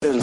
fueron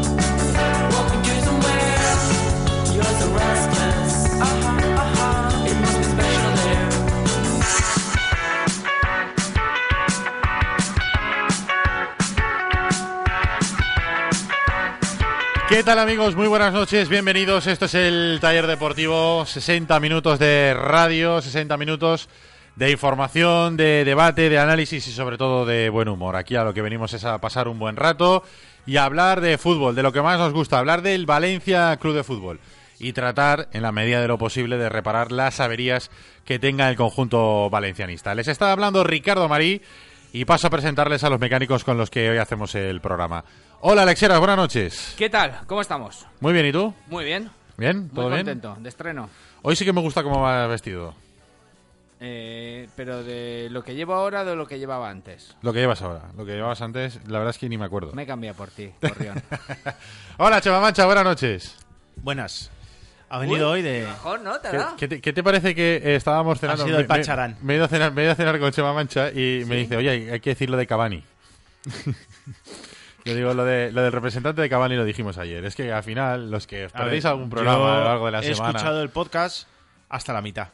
Uh-huh, ¿Qué tal amigos? Muy buenas noches, bienvenidos. Esto es el taller deportivo, 60 minutos de radio, 60 minutos de información, de debate, de análisis y sobre todo de buen humor. Aquí a lo que venimos es a pasar un buen rato y a hablar de fútbol, de lo que más nos gusta, hablar del Valencia Club de Fútbol y tratar, en la medida de lo posible, de reparar las averías que tenga el conjunto valencianista. Les está hablando Ricardo Marí y paso a presentarles a los mecánicos con los que hoy hacemos el programa. Hola Alexeras, buenas noches. ¿Qué tal? ¿Cómo estamos? Muy bien, ¿y tú? Muy bien. ¿Bien? ¿Todo Muy bien? contento, de estreno. Hoy sí que me gusta cómo vas vestido, Eh, pero de lo que llevo ahora, de lo que llevaba antes. lo que llevas ahora. Lo que llevabas antes, la verdad es que ni me acuerdo. Me he cambiado por ti, Corrión. Hola Chema Mancha, buenas noches. Buenas. Ha venido hoy de. Mejor, ¿no? ¿Te ¿Qué, qué te, qué te parece que eh, estábamos cenando? sido el Me- me- pacharán. Me, he ido a cenar, me he ido a cenar con Chema Mancha y me dice, oye, hay, hay que decir lo de Cavani. Yo digo, lo, de, lo del representante de Cavani lo dijimos ayer. Es que al final, los que os A ver, perdéis algún programa a lo largo de la he semana... escuchado el podcast hasta la mitad.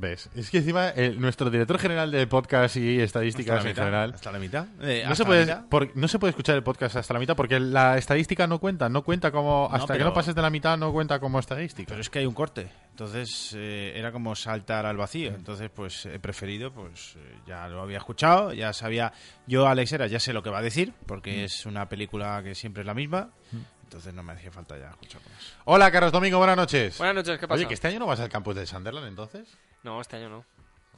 ¿Ves? Es que encima el- nuestro director general de podcast y estadísticas Hasta la en mitad. general... Hasta la mitad. Eh, No hasta se, la puede, mitad. por- no se puede escuchar el podcast hasta la mitad porque la estadística no cuenta. No cuenta como... Hasta que pero- no pases de la mitad no cuenta como estadística. Pero es que hay un corte. Entonces eh, era como saltar al vacío. Entonces, pues he preferido, pues eh, ya lo había escuchado, ya sabía. Yo, Alex Heras, ya sé lo que va a decir, Mm. porque es una película que siempre es la misma. Entonces no me hacía falta ya escucharlo más. Hola, Carlos Domingo, buenas noches. Buenas noches, ¿qué pasa? Oye, que este año no vas al campus de Sunderland entonces. No, este año no.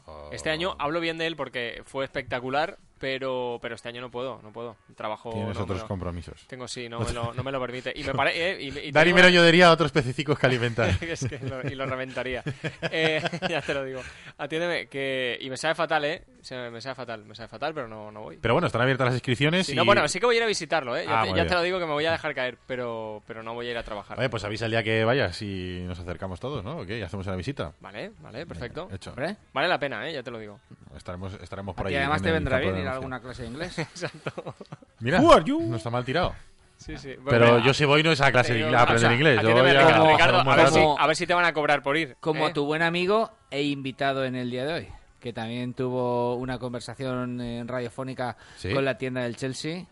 Oh. Este año hablo bien de él porque fue espectacular, pero, pero este año no puedo, no puedo. Trabajo. Tienes Oh, no, otros no. compromisos. Tengo sí, no me, lo, no me lo permite. Y me parece. y, y Dani tengo- Meroño diría otros específicos que alimentar. es que lo, y lo reventaría. Eh, ya te lo digo. Atiéndeme, que. Y me sabe fatal, ¿eh? Se me, me sabe fatal, me sabe fatal, pero no, no voy. Pero bueno, están abiertas las inscripciones Si y... no, bueno, sí que voy a ir a visitarlo, ¿eh? Ya, Ah, te, muy ya bien. te lo digo que me voy a dejar caer, pero, pero no voy a ir a trabajar. Oye, pues avisa el día que vayas y nos acercamos todos, ¿no? Ok, hacemos una visita. Vale, vale, perfecto. Hecho. Hombre. Vale la pena, ¿eh? Ya te lo digo. Estaremos, estaremos A por ti ahí. además en te el vendrá campo bien de ir a Murcia. alguna clase de inglés. Exacto. Mira, Who are you? no está mal tirado. Sí, sí. Pero Bueno, yo si voy no es a clase de Pues Pero, inglés, a aprender o sea, inglés. Yo atiéndeme, voy a- Ricardo, a Ricardo, hacer un a, buen ver rato. si, Como- a ver si te van a cobrar por ir. Como ¿eh? tu buen amigo e invitado en el día de hoy, que también tuvo una conversación eh, radiofónica Sí. con la tienda del Chelsea.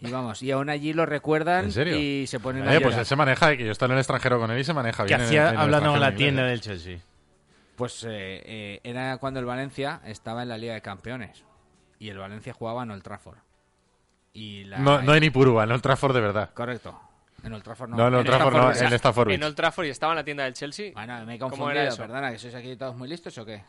Y vamos, y aún allí lo recuerdan ¿En serio? y se ponen a Oye, pues llorar. él se maneja, eh, que yo estoy en el extranjero con él y se maneja Que bien. en el- hacía en el hablando con la extranjero ¿eh? en tienda inglés. del Chelsea. Pues eh, eh, era cuando el Valencia estaba en la Liga de Campeones y el Valencia jugaba en Old Trafford. Y la- Eh, No, no en Ipurúa, en Old Trafford de verdad. Correcto. En Old Trafford no. No, no, En Old En Trafford no, o sea, en Stafford Beach. En Old Trafford y estaba en la tienda del Chelsea. Bueno, me he ¿Cómo era confundido, eso? perdona, que sois aquí todos muy listos o qué.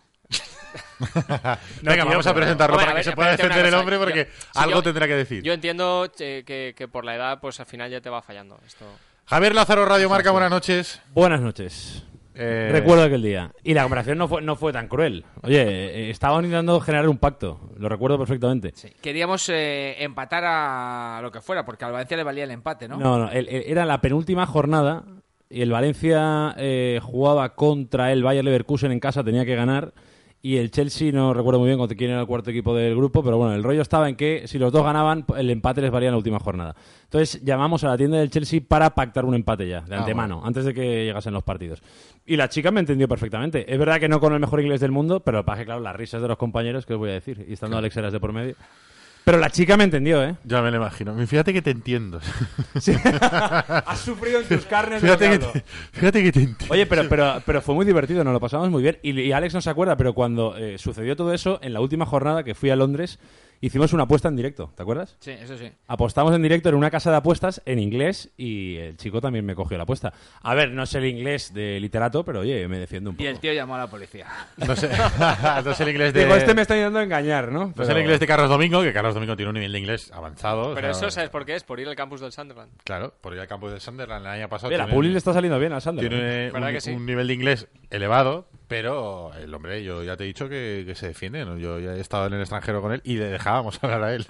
Venga, tío, vamos a pero- presentarlo Hombre, para a que ver, se pueda espérate una defender el cosa. hombre porque Yo- sí, algo yo- tendrá que decir. Yo entiendo eh, que, que por la edad, pues al final ya te va fallando. Esto. Javier Lázaro, Radio Marca, buenas noches. Buenas noches. Eh, Recuerdo aquel día. Y la comparación no fue, no fue tan cruel. Oye, eh, estaban intentando generar un pacto. Lo recuerdo perfectamente. Queríamos eh, empatar a lo que fuera, porque al Valencia le valía el empate, ¿no? No, no, el- el- era la penúltima jornada y el Valencia eh, jugaba contra el Bayer Leverkusen en casa, tenía que ganar. y el Chelsea, no recuerdo muy bien contra quién era el cuarto equipo del grupo, pero bueno, el rollo estaba en que si los dos ganaban, el empate les valía en la última jornada. Entonces llamamos a la tienda del Chelsea para pactar un empate ya, de antemano, antes de que llegasen los partidos. Y la chica me entendió perfectamente. Es verdad que no con el mejor inglés del mundo, pero lo que pasa es que, claro, las risas de los compañeros, que os voy a decir, y estando Alex Heras de por medio. Pero la chica me entendió, ¿eh? Ya me lo imagino. Fíjate que te entiendo. Has sufrido en tus carnes. Fíjate que te, fíjate que te entiendo. Oye, pero, pero, pero fue muy divertido, nos lo pasamos muy bien. Y, y Alex no se acuerda, pero cuando eh, sucedió todo eso, en la última jornada que fui a Londres, hicimos una apuesta en directo, ¿te acuerdas? Sí, eso sí. Apostamos en directo en una casa de apuestas en inglés y el chico también me cogió la apuesta. A ver, no sé el inglés de literato, pero oye, me defiendo un Y poco. el tío llamó a la policía. No sé, no sé el inglés de... Digo, este me está intentando engañar, ¿no? No sé el inglés de Carlos Domingo, que Carlos Domingo tiene un nivel de inglés avanzado. o Pero sea, eso, ¿sabes por qué? Es por ir al campus del Sunderland. Claro, por ir al campo del Sunderland el año pasado. Oye, la tiene- Publi le está saliendo bien al Sander. Tiene ¿Verdad un, que sí? un nivel de inglés elevado, pero el hombre, yo ya te he dicho que, que se defiende. ¿no? Yo ya he estado en el extranjero con él y le dejábamos hablar a él.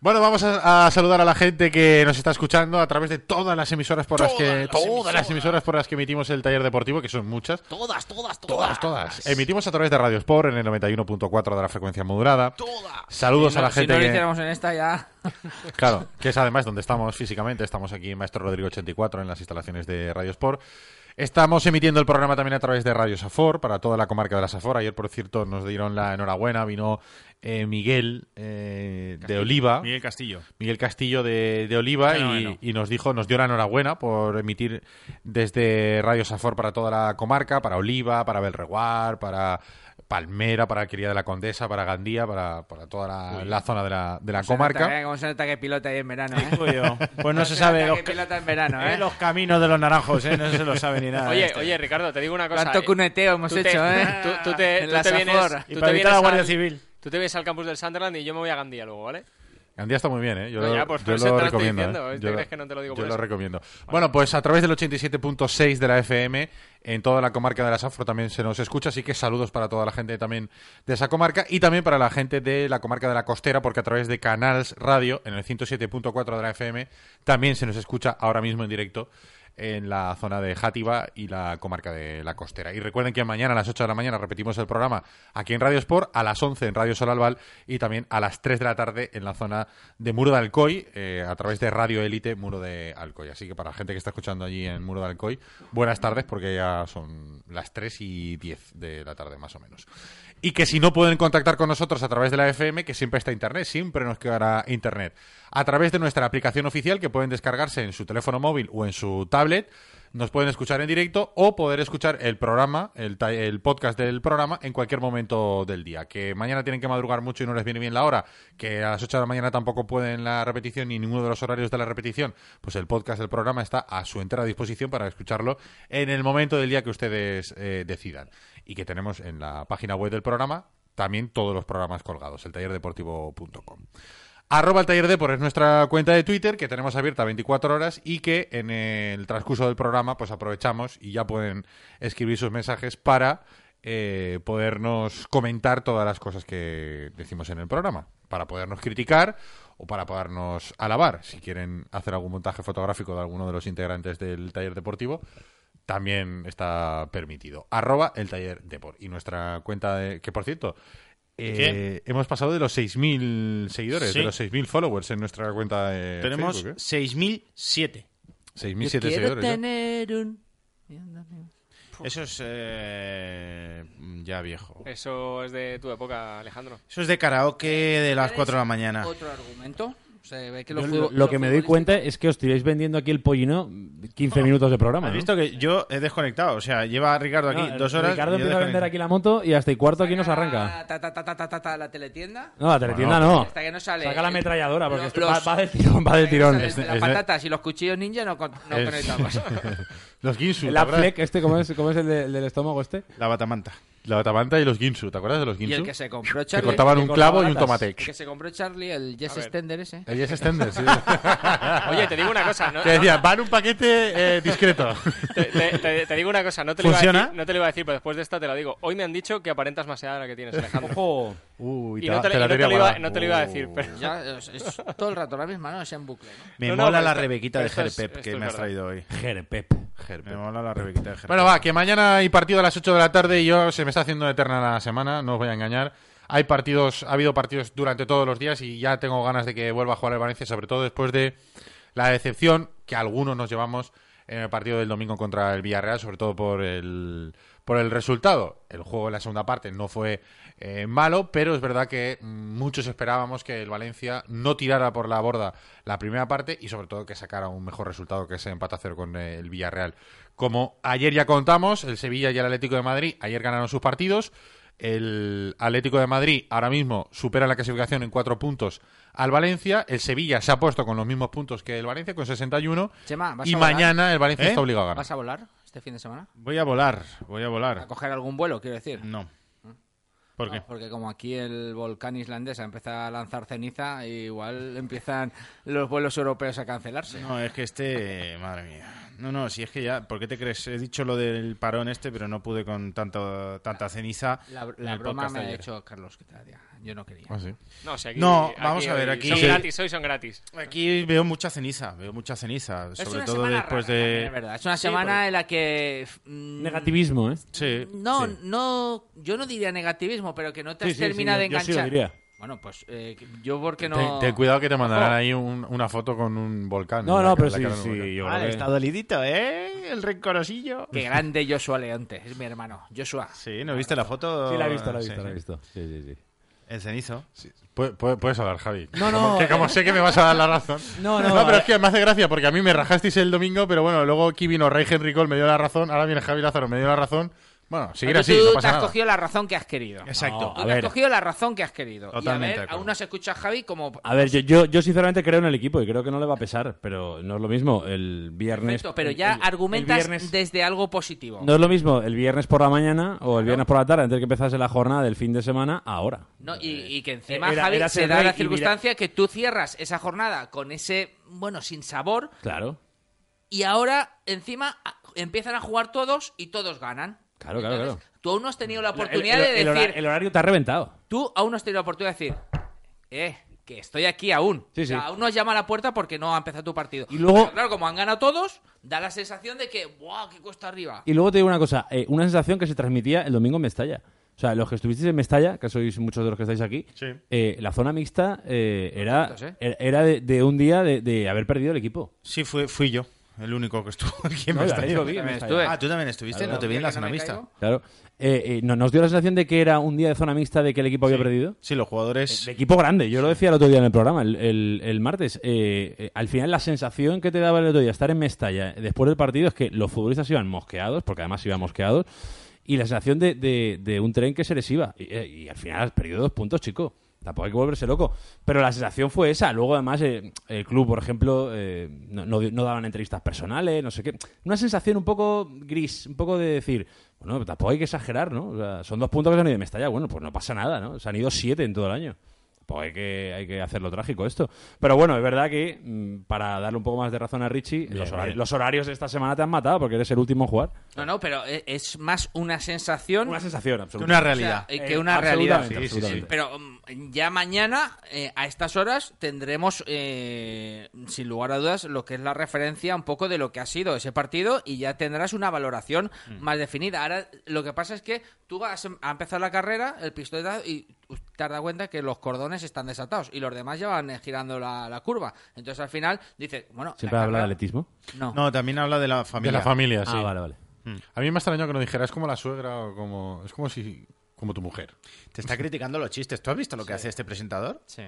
bueno, vamos a, a saludar a la gente que nos está escuchando a través de todas las emisoras por las que todas las emisoras por las que emitimos el taller deportivo, que son muchas. Todas, todas, todas, todas, Emitimos a través de Radio Sport en el 91.4 de la frecuencia modulada. Todas. Saludos Si a la no- gente Si no lo que hiciéramos en esta ya... Claro, que es además donde estamos físicamente. Estamos aquí en Maestro Rodrigo 84 en las instalaciones de Radio Sport. Estamos emitiendo el programa también a través de Radio Safor para toda la comarca de la Safor. Ayer, por cierto, nos dieron la enhorabuena. Vino eh, Miguel eh, de Oliva, Miguel Castillo. Miguel Castillo de, de Oliva, Fenómeno. y, y nos dijo, nos dio la enhorabuena por emitir desde Radio Safor para toda la comarca, para Oliva, para Belreguar, para Palmera, para Quería de la Condesa, para Gandía, para, para toda la, la zona de la, de la se nota, comarca. ¿eh? Cómo se nota que pilota ahí en verano, ¿eh? Pues no se nota sabe que los, pilota en verano, eh, ¿eh? los caminos de los naranjos, ¿eh? No se lo sabe ni Ah, nada. Oye, este. oye, Ricardo, te digo una cosa. Cuánto eh, cuneteo hemos tú te- hecho, ¿eh? Tú, tú te, En tú la te vienes, Safor. tú Y te para evitar vienes la Guardia al- Civil. Tú te vienes al campus del Sunderland y yo me voy a Gandía luego, ¿vale? Gandía está muy bien, ¿eh? Yo, No, lo- ya, pues yo por eso lo te lo estoy recomiendo. diciendo, ¿eh? ¿eh? Yo ¿Te crees que no te lo digo yo por lo eso? recomiendo. Bueno, pues a través del 87.6 de la FM, en toda la comarca de la Safro también se nos escucha, así que saludos para toda la gente también de esa comarca y también para la gente de la comarca de la Costera, porque a través de Canals Radio, en el 107.4 de la FM, también se nos escucha ahora mismo en directo en la zona de Játiva y la comarca de la costera. Y recuerden que mañana a las 8 de la mañana repetimos el programa aquí en Radio Sport, a las 11 en Radio Sol Albal y también a las 3 de la tarde en la zona de Muro de Alcoy eh, a través de Radio Élite Muro de Alcoy. Así que para la gente que está escuchando allí en Muro de Alcoy, buenas tardes porque ya son las 3 y 10 de la tarde más o menos. Y que si no pueden contactar con nosotros a través de la FM, que siempre está Internet, siempre nos quedará Internet. A través de nuestra aplicación oficial que pueden descargarse en su teléfono móvil o en su tablet, nos pueden escuchar en directo o poder escuchar el programa, el, ta- el podcast del programa en cualquier momento del día. Que mañana tienen que madrugar mucho y no les viene bien la hora, que a las 8 de la mañana tampoco pueden la repetición ni ninguno de los horarios de la repetición, pues el podcast del programa está a su entera disposición para escucharlo en el momento del día que ustedes eh, decidan. Y que tenemos en la página web del programa también todos los programas colgados, el tallerdeportivo.com. Arroba el taller Depor es nuestra cuenta de Twitter que tenemos abierta 24 horas y que en el transcurso del programa pues aprovechamos y ya pueden escribir sus mensajes para eh, podernos comentar todas las cosas que decimos en el programa, para podernos criticar o para podernos alabar. Si quieren hacer algún montaje fotográfico de alguno de los integrantes del taller deportivo, también está permitido. Arroba el taller Depor y nuestra cuenta de... que por cierto... eh, hemos pasado de los 6.000 seguidores, Sí. de los 6.000 followers en nuestra cuenta de Tenemos Facebook, ¿eh? 6.007. 6.007 seguidores. ¿eh? tener un... Eso es eh, ya viejo. Eso es de tu época, Alejandro. Eso es de karaoke de las 4 de la mañana. Otro argumento. Se ve que lo, Yo Lo, lo que me doy cuenta es que os tiráis vendiendo aquí el pollino 15 minutos de programa. ¿Has ¿no? visto que yo he desconectado? O sea, lleva Ricardo aquí No, dos horas. Ricardo y yo empieza a vender desconecto. aquí la moto y hasta el cuarto aquí nos arranca. Ta, ta, ta, ta, ta, ta, ta, la teletienda. No, la teletienda no. Hasta que no sale. Saca la ametralladora porque Lo- esto los- va, va del tirón, va del tirón. Las es- patatas y los cuchillos ninja no, con- no Es- conectamos. Los Ginsu. El ¿te acuerdas? Affleck, este, ¿cómo es, cómo es el, de- el del estómago este? La batamanta. La batamanta y los Ginsu. ¿Te acuerdas de los y Ginsu? el que se compró Que Charlie. cortaban un cortaba clavo y un latas. tomate. el que se compró Charlie, el Yes Extender ese. El Yes Extender, sí. Oye, te digo una cosa, ¿no? Te decía, van un paquete eh, discreto. Te, te- te- te digo una cosa, no te, lo iba a ¿Funciona? decir, no te lo iba a decir, pero después de esta te la digo. Hoy me han dicho que aparentas más edad de la que tienes, Alejandro. ¡Ojo! Uy, Y no te, y no te lo, iba, no te lo iba a decir, pero... Ya, es, es todo el rato la misma, ¿no? Es en bucle. ¿no? Me No, no, mola pero la esto- rebequita de esto es- Gerpep esto que es me has verdad. traído hoy. Gerpep. Me mola la rebequita de Gerpe. Bueno, va, que mañana hay partido a las 8 de la tarde y yo se me está haciendo eterna la semana, no os voy a engañar. Hay partidos, ha habido partidos durante todos los días y ya tengo ganas de que vuelva a jugar el Valencia, sobre todo después de la decepción que algunos nos llevamos en el partido del domingo contra el Villarreal, sobre todo por el, por el resultado. El juego en la segunda parte no fue eh, malo, pero es verdad que mm, muchos esperábamos que el Valencia no tirara por la borda la primera parte y sobre todo que sacara un mejor resultado que ese empate a cero con eh, el Villarreal. Como ayer ya contamos, el Sevilla y el Atlético de Madrid ayer ganaron sus partidos. eh, El Atlético de Madrid ahora mismo supera la clasificación en cuatro puntos al Valencia. El Sevilla se ha puesto con los mismos puntos que el Valencia, con 61. Chema, ¿vas y a volar? mañana el Valencia ¿Eh? está obligado a ganar. ¿Vas a volar este fin de semana? Voy a volar, voy a ¿A volar. coger algún vuelo, quiero decir? Ah, No. ¿eh? ¿Por qué? No, porque como aquí el volcán islandés empieza a lanzar ceniza, igual empiezan los vuelos europeos a cancelarse. No, es que este, madre mía. No, no, si es que ya, ¿por qué te crees? He dicho lo del parón este, pero no pude con tanto, tanta ceniza. La, en la el broma podcast me de ha ayer. hecho Carlos que te la diga. Yo no quería. Ah, sí. No, si aquí- No, vamos a ver, hoy aquí- Son Sí. gratis, hoy son gratis. Aquí veo mucha ceniza, veo mucha ceniza, Es sobre una todo semana después rara, de. también, es verdad. Es una semana en la que... mm, Negativismo, ¿eh? Sí. No, sí. no, yo no diría negativismo, pero que no te Sí, has sí, terminado sí, de yo- yo sí enganchar. lo diría. Bueno, pues eh, yo porque no... Ten, ten cuidado que te mandarán ahí un- una foto con un volcán. No, en la no, ca- pero la sí, cara del sí. volcán. yo Ah, creo que- está dolidito, ¿eh? El rencorosillo. Qué grande Joshua Leonte, es mi hermano. Joshua. Sí, ¿no viste la foto? Sí, la he visto, la Oh, he Sí, visto, sí. la he visto. Sí, sí, sí. El cenizo. Pu- pu- Puedes hablar, Javi. No, no, Como- que como sé que me vas a dar la razón. No, no, pero eh. es que me hace gracia porque a mmí me rajasteis el domingo, pero bueno, luego aquí vino Rey Henry Cole, me dio la razón. Ahora viene Javi Lázaro, me dio la razón. Bueno, seguir Tú- así, tú no te pasa has nada. cogido la razón que has querido. Exacto. No, Tú a te has ver. cogido la razón que has querido. Totalmente de y a ver, acuerdo. aún no se escucha a Javi como... A ver, yo, yo, yo sinceramente creo en el equipo y creo que no le va a pesar, pero no es lo mismo el viernes. Perfecto, pero el- ya el- el argumentas viernes- desde algo positivo. No es lo mismo el viernes por la mañana o el viernes por la tarde, antes de que empezase la jornada del fin de semana, ahora. No, y, y que encima, Eh, Era- Javi, era se ser da rey la y circunstancia que tú cierras esa jornada con ese, bueno, sin sabor, Claro. y ahora encima a- empiezan a jugar todos y todos ganan. Claro, claro, Entonces, claro. Tú aún no has tenido la oportunidad El- el- el de hora- decir, El horario te ha reventado. tú aún no has tenido la oportunidad de decir, eh, que estoy aquí aún. Sí, O sea, sí. aún no has llamado a la puerta porque no ha empezado tu partido. Y luego- Pero claro, como han ganado todos, da la sensación de que, ¡buah, qué cuesta arriba! Y luego te digo una cosa, eh, una sensación que se transmitía el domingo en Mestalla. O sea, los que estuvisteis en Mestalla, que sois muchos de los que estáis aquí, eh, la zona mixta eh, era, Contentos, era- era de, de un día de, de haber perdido el equipo. Sí, fui, fui yo, el único que estuvo aquí en No, Mestalla. yo lo vi en También Mestalla. estuve. Ah, tú también estuviste, no te vi en la ¿Que no zona me mixta. caigo? Claro. Eh, eh, ¿no, ¿Nos dio la sensación de que era un día de zona mixta de que el equipo había perdido? Sí, los jugadores. De equipo grande, yo lo decía el otro día en el programa, el, el- el martes. Eh, eh, al final, la sensación que te daba el otro día estar en Mestalla eh, después del partido es que los futbolistas iban mosqueados, porque además iban mosqueados, y la sensación de, de- de un tren que se les iba. Y, eh, y al final has perdido dos puntos, chico. Tampoco hay que volverse loco. Pero la sensación fue esa. Luego, además, eh, el club, por ejemplo, eh, no, no- no daban entrevistas personales, no sé qué. Una sensación un poco gris, un poco de decir, bueno, tampoco hay que exagerar, ¿no? O sea, son dos puntos que se han ido de Mestalla. Bueno, pues no pasa nada, ¿no? Se han ido siete en todo el año. Pues hay que, hay que hacerlo trágico esto. Pero bueno, es verdad que mm, para darle un poco más de razón a Richie, los, horari- bien. los horarios de esta semana te han matado porque eres el último en jugar. No, no, pero e- es más una sensación Una sensación, Una absolutamente. realidad. eh, Eh, que una realidad. absolutamente, Sí, sí, sí. absolutamente. Pero mm, ya mañana, eh, a estas horas, tendremos, eh, sin lugar a dudas, lo que es la referencia un poco de lo que ha sido ese partido y ya tendrás una valoración más definida. Ahora, lo que pasa es que tú vas a empezar la carrera, el pistoletazo, y te has dado cuenta que los cordones están desatados y los demás ya van eh, girando la, la curva. Entonces, al final, dices, bueno... ¿Siempre la habla de carrera- atletismo? No. No, también habla de la De familia. la familia, sí. Ah, vale, vale. A mí me ha extrañado que no dijera, es como la suegra o como. Es como si. Como tu mujer. Te está criticando los chistes. ¿Tú has visto lo que hace este presentador? Sí.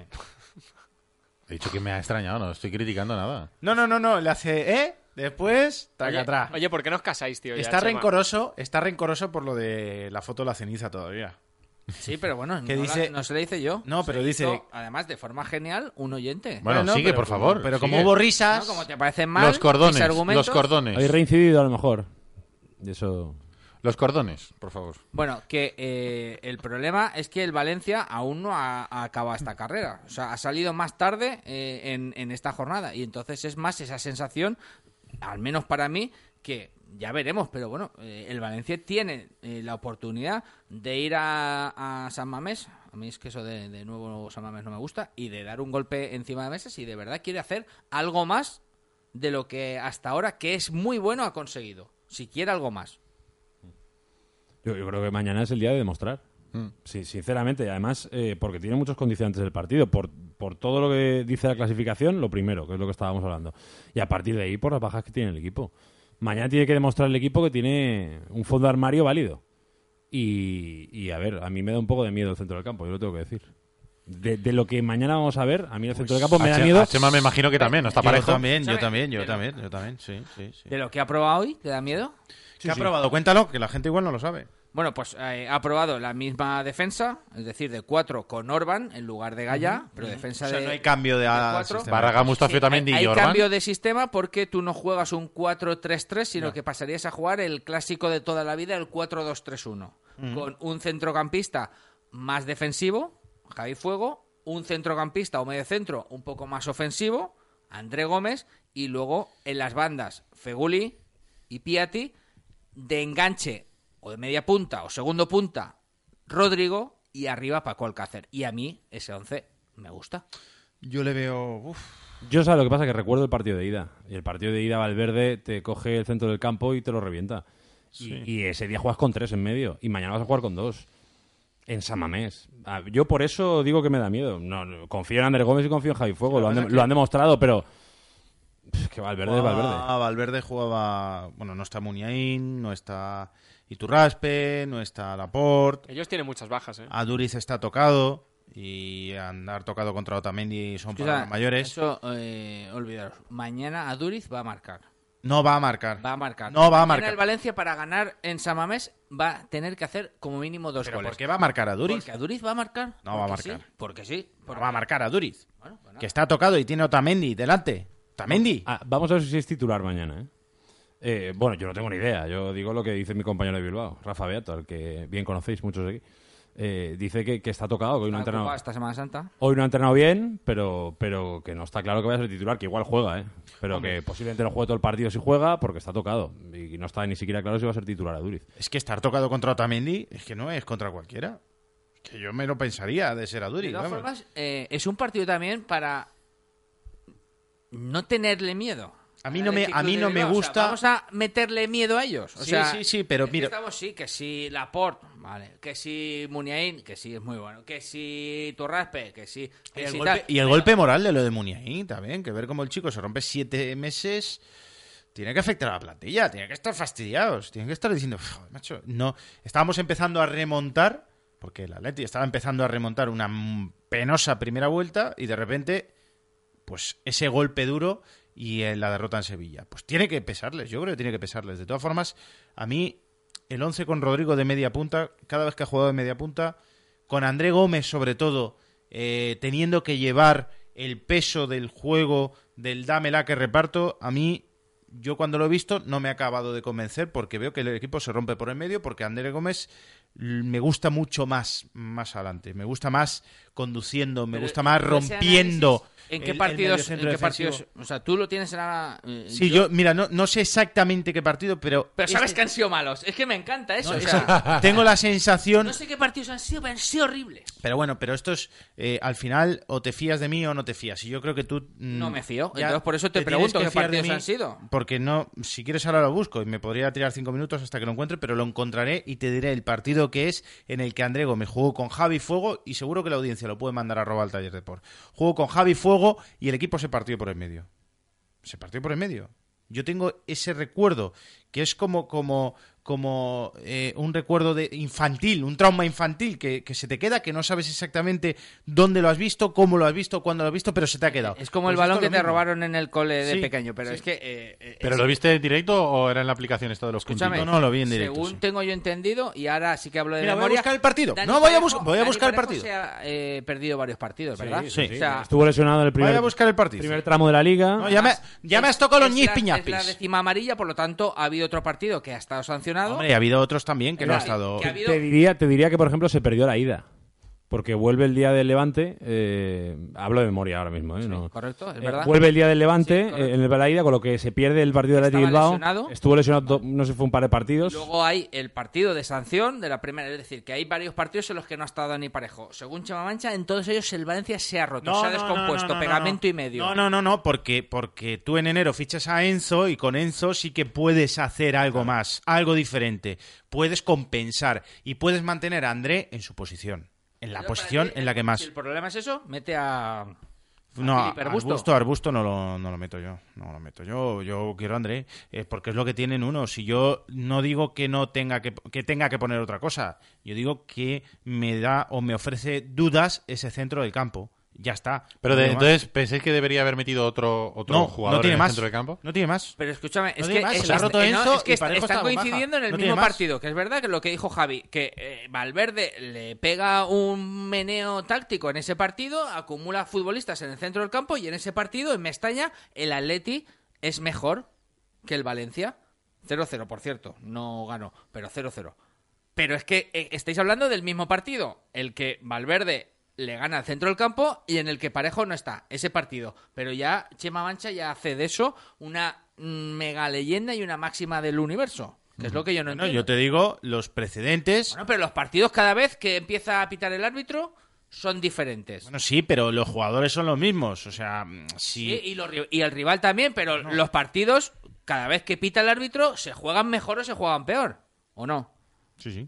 He dicho que me ha extrañado, no estoy criticando nada. No, no, no, no. Le hace, ¿eh? Después, taca Oye, atrás. oye, ¿por qué no os casáis, tío? ya, está Chema? rencoroso, está rencoroso por lo de la foto de la ceniza todavía. Sí, pero bueno, no, ¿Qué la- dice? no se le dice yo. No, pero Se dice- hizo, además, de forma genial, un oyente. Bueno, no, sigue, pero por como- favor. Pero como sigue. hubo ¿No? risas. Como te parece mal Los cordones. mis argumentos. Los cordones. Habéis reincidido a lo mejor. Y eso. Los cordones, por favor. Bueno, que eh, el problema es que el Valencia aún no ha, ha acabado esta carrera. O sea, ha salido más tarde eh, en, en esta jornada. Y entonces es más esa sensación, al menos para mí, que ya veremos. Pero bueno, eh, el Valencia tiene eh, la oportunidad de ir a, a San Mamés. A mí es que eso de, de nuevo San Mamés no me gusta. Y de dar un golpe encima de mesas. Y de verdad quiere hacer algo más de lo que hasta ahora, que es muy bueno, ha conseguido. Si quiere algo más. Yo, yo creo que mañana es el día de demostrar. Sí, sinceramente, además, eh, porque tiene muchos condicionantes el partido, por, por todo lo que dice la clasificación, lo primero, que es lo que estábamos hablando. Y a partir de ahí, por las bajas que tiene el equipo. Mañana tiene que demostrar el equipo que tiene un fondo de armario válido. Y, y, a ver, a mí me da un poco de miedo el centro del campo, yo lo tengo que decir. De, de lo que mañana vamos a ver, a mí el centro del campo me A da Che- miedo. a Chema me imagino que también, ¿no está Yo parejo? también, yo ¿Sabe? también, yo Pero- también, yo también, sí, sí, sí. De lo que ha probado hoy, ¿te da miedo? ¿Qué ha probado? Cuéntalo, que la gente igual no lo sabe. Bueno, pues eh, ha probado la misma defensa, es decir, de 4 con Orban en lugar de Gaya, pero defensa O sea, de. no hay cambio de ala cuatro. sistema. Barraga Sí, Mustafio también, hay, Di ¿eh? hay Jordan. cambio de sistema porque tú no juegas un 4-3-3, sino que pasarías a jugar el clásico de toda la vida, el 4-2-3-1. Con un centrocampista más defensivo, Javi Fuego, un centrocampista o medio centro un poco más ofensivo, André Gómez, y luego en las bandas Feguli y Piatti, de enganche o de media punta o segundo punta, Rodrigo, y arriba Paco Alcácer. Y a mí ese 11 me gusta. Yo le veo. uf, Yo sabes lo que pasa, que recuerdo el partido de ida. Y el partido de ida Valverde te coge el centro del campo y te lo revienta. Y, y ese día juegas con tres en medio. Y mañana vas a jugar con dos. En Samamés. Ah, Yo por eso digo que me da miedo. No, no, confío en Ander Gómez y confío en Javi Fuego. Lo han, de- lo han demostrado, pero... Es que Valverde es Valverde. Ah, Valverde jugaba. Bueno, no está Muniain, no está Iturraspe, no está Laporte. Ellos tienen muchas bajas, ¿eh? Aduriz está tocado. Y andar tocado contra Otamendi son O sea, palabras mayores. Eso, eh, olvidaros. Mañana Aduriz va a marcar. No va a marcar. Va a marcar. No va a Mañana marcar. el Valencia para ganar en Samamés va a tener que hacer como mínimo dos ¿Pero goles. por qué va a marcar a Duriz? Porque Aduriz va a marcar. No va a Porque sí, marcar. porque sí. No porque- va a marcar a Duriz. Bueno, pues nada. Que está tocado y tiene Otamendi delante. Otamendi. Ah, vamos a ver si es titular mañana, ¿eh? Eh, bueno, yo no tengo ni idea. Yo digo lo que dice mi compañero de Bilbao, Rafa Beato, al que bien conocéis muchos de aquí. Eh, dice que, que está tocado, que hoy no ha Está entrenado. ocupado esta Semana Santa. Hoy no ha entrenado bien, pero, pero que no está claro que vaya a ser titular, que igual juega, ¿eh? Pero que posiblemente no juegue todo el partido si juega, porque está tocado. Y no está ni siquiera claro si va a ser titular a Duriz. Es que estar tocado contra Otamendi es que no es contra cualquiera. Es que yo me lo pensaría de ser a De Duriz. todas vamos. formas, eh, es un partido también para no tenerle miedo. A mí no Al me- a Athletic Club mí de no me Bilbao. O sea, gusta- vamos a meterle miedo a ellos. O Sí, sea, sí, sí, pero es que mira- Estamos sí, que si Laporte, vale. Que si Muniain, que sí es muy bueno. Que si Torraspe, que sí. Y que el, si golpe, tal. y el golpe moral de lo de Muniain también, que ver cómo el chico se rompe siete meses, tiene que afectar a la plantilla, tiene que estar fastidiados, tiene que estar diciendo, "Joder, macho, no, estábamos empezando a remontar, porque el Atleti estaba empezando a remontar una m- penosa primera vuelta y de repente, pues ese golpe duro y eh, la derrota en Sevilla. Pues tiene que pesarles, yo creo que tiene que pesarles. De todas formas, a mí el 11 con Rodrigo de media punta, cada vez que ha jugado de media punta, con André Gómez sobre todo, eh, teniendo que llevar el peso del juego, del dámela que reparto, a mí, yo cuando lo he visto, no me ha acabado de convencer porque veo que el equipo se rompe por el medio, porque André Gómez l- me gusta mucho más más adelante, me gusta más conduciendo, me Pero gusta más ese rompiendo. análisis, ¿En el- qué el partidos? ¿En mediocentro qué partidos? defensivo. O sea, tú lo tienes en la. eh, Sí, yo, mira, no, no sé exactamente qué partido, pero... Pero sabes este- que han sido malos. Es que me encanta eso. no, o es sea, que tengo la sensación no sé qué partidos han sido, pero han sido horribles. Pero bueno, pero esto es, eh, al final, o te fías de mí o no te fías. Y yo creo que tú... mm, No me fío. ya Entonces, por eso te tienes pregunto que qué fiar de partidos mí, han sido. Porque no, si quieres ahora lo busco y me podría tirar cinco minutos hasta que lo encuentre, pero lo encontraré y te diré el partido que es en el que Andrego me jugó con Javi Fuego y seguro que la audiencia lo puede mandar arroba al taller de por. Jugó con Javi Fuego y el equipo se partió por el medio se partió por el medio. Yo tengo ese recuerdo, que es como, como, como eh, un recuerdo de infantil, un trauma infantil que, que se te queda, que no sabes exactamente dónde lo has visto, cómo lo has visto, cuándo lo has visto, pero se te ha quedado. Es como el Pues esto balón es que lo te mismo. robaron en el cole de Sí, pequeño, pero sí. es que. eh, eh, ¿Pero es- lo viste en directo o era en la aplicación esta de los escúchame, puntitos? No, no, lo vi en directo, Según sí. tengo yo entendido, y ahora sí que hablo de Mira, voy a memoria. buscar el partido. Dani No, voy a, Parejo- bus- voy a Dani buscar el Parejo partido. Se ha eh, perdido varios partidos, ¿verdad? sí, sí. O sea, Estuvo lesionado en el primer, Voy a buscar el partido. primer tramo de la liga. No, ya me, ya me has tocado los es ñis la- piñapis. Es la décima amarilla, por lo tanto, ha habido otro partido que ha estado sancionado. Hombre, ha habido otros también que Es no ha decir, estado... que ha habido- te, diría, te diría que, por ejemplo, se perdió la ida. porque vuelve el día del Levante. eh, hablo de memoria ahora mismo, ¿eh? No- Correcto, es Eh, verdad. vuelve el día del Levante Sí, correcto. eh, en el de la ida, con lo que se pierde el partido del Athletic Estaba Bilbao. lesionado. Estuvo lesionado, do- no sé, fue un par de partidos. Luego hay el partido de sanción de la primera, es decir, que hay varios partidos en los que no ha estado ni parejo. Según Chema Mancha, en todos ellos el Valencia Pues se ha roto, se ha descompuesto, no, no, pegamento no. y medio. No, no, no, no, porque, porque tú en enero fichas a Enzo y con Enzo sí que puedes hacer algo más, algo diferente. Puedes compensar y puedes mantener a André en su posición, en la Yo para posición ti, en la que Si más. el problema es eso, mete a. No, a a- Filipe Arbusto. arbusto, arbusto no lo, no lo meto yo. No lo meto yo. Yo quiero a André, eh, porque es lo que tienen uno. Si yo no digo que no tenga que, que tenga que poner otra cosa, yo digo que me da o me ofrece dudas ese centro del campo. Ya está. Pero No de- digo más. entonces, ¿pensáis que debería haber metido otro, otro jugador en el centro de campo? No tiene más. Pero escúchame, es No que, digo más, es se la que- ha roto eh, no, Enzo es que y est- Parejo están está con baja. coincidiendo en el No tiene mismo más. partido, que es verdad que lo que dijo Javi, que eh, Valverde le pega un meneo táctico en ese partido, acumula futbolistas en el centro del campo y en ese partido, en Mestaña, el Atleti es mejor que el Valencia. 0-0, por cierto, no ganó, pero 0-0. Pero es que eh, estáis hablando del mismo partido, el que Valverde le gana al centro del campo y en el que Parejo no está, ese partido. Pero ya Chema Mancha ya hace de eso una mm, mega leyenda y una máxima del universo, que es lo que yo no No, entiendo. yo te digo los precedentes. Bueno, Bueno, pero los partidos cada vez que empieza a pitar el árbitro son diferentes. sí, pero los jugadores son los mismos. O sea, mm, si Sí, y, los ri- y el rival también, pero los partidos, cada vez que pita el árbitro, se juegan mejor o se juegan peor, ¿o no? Sí, sí.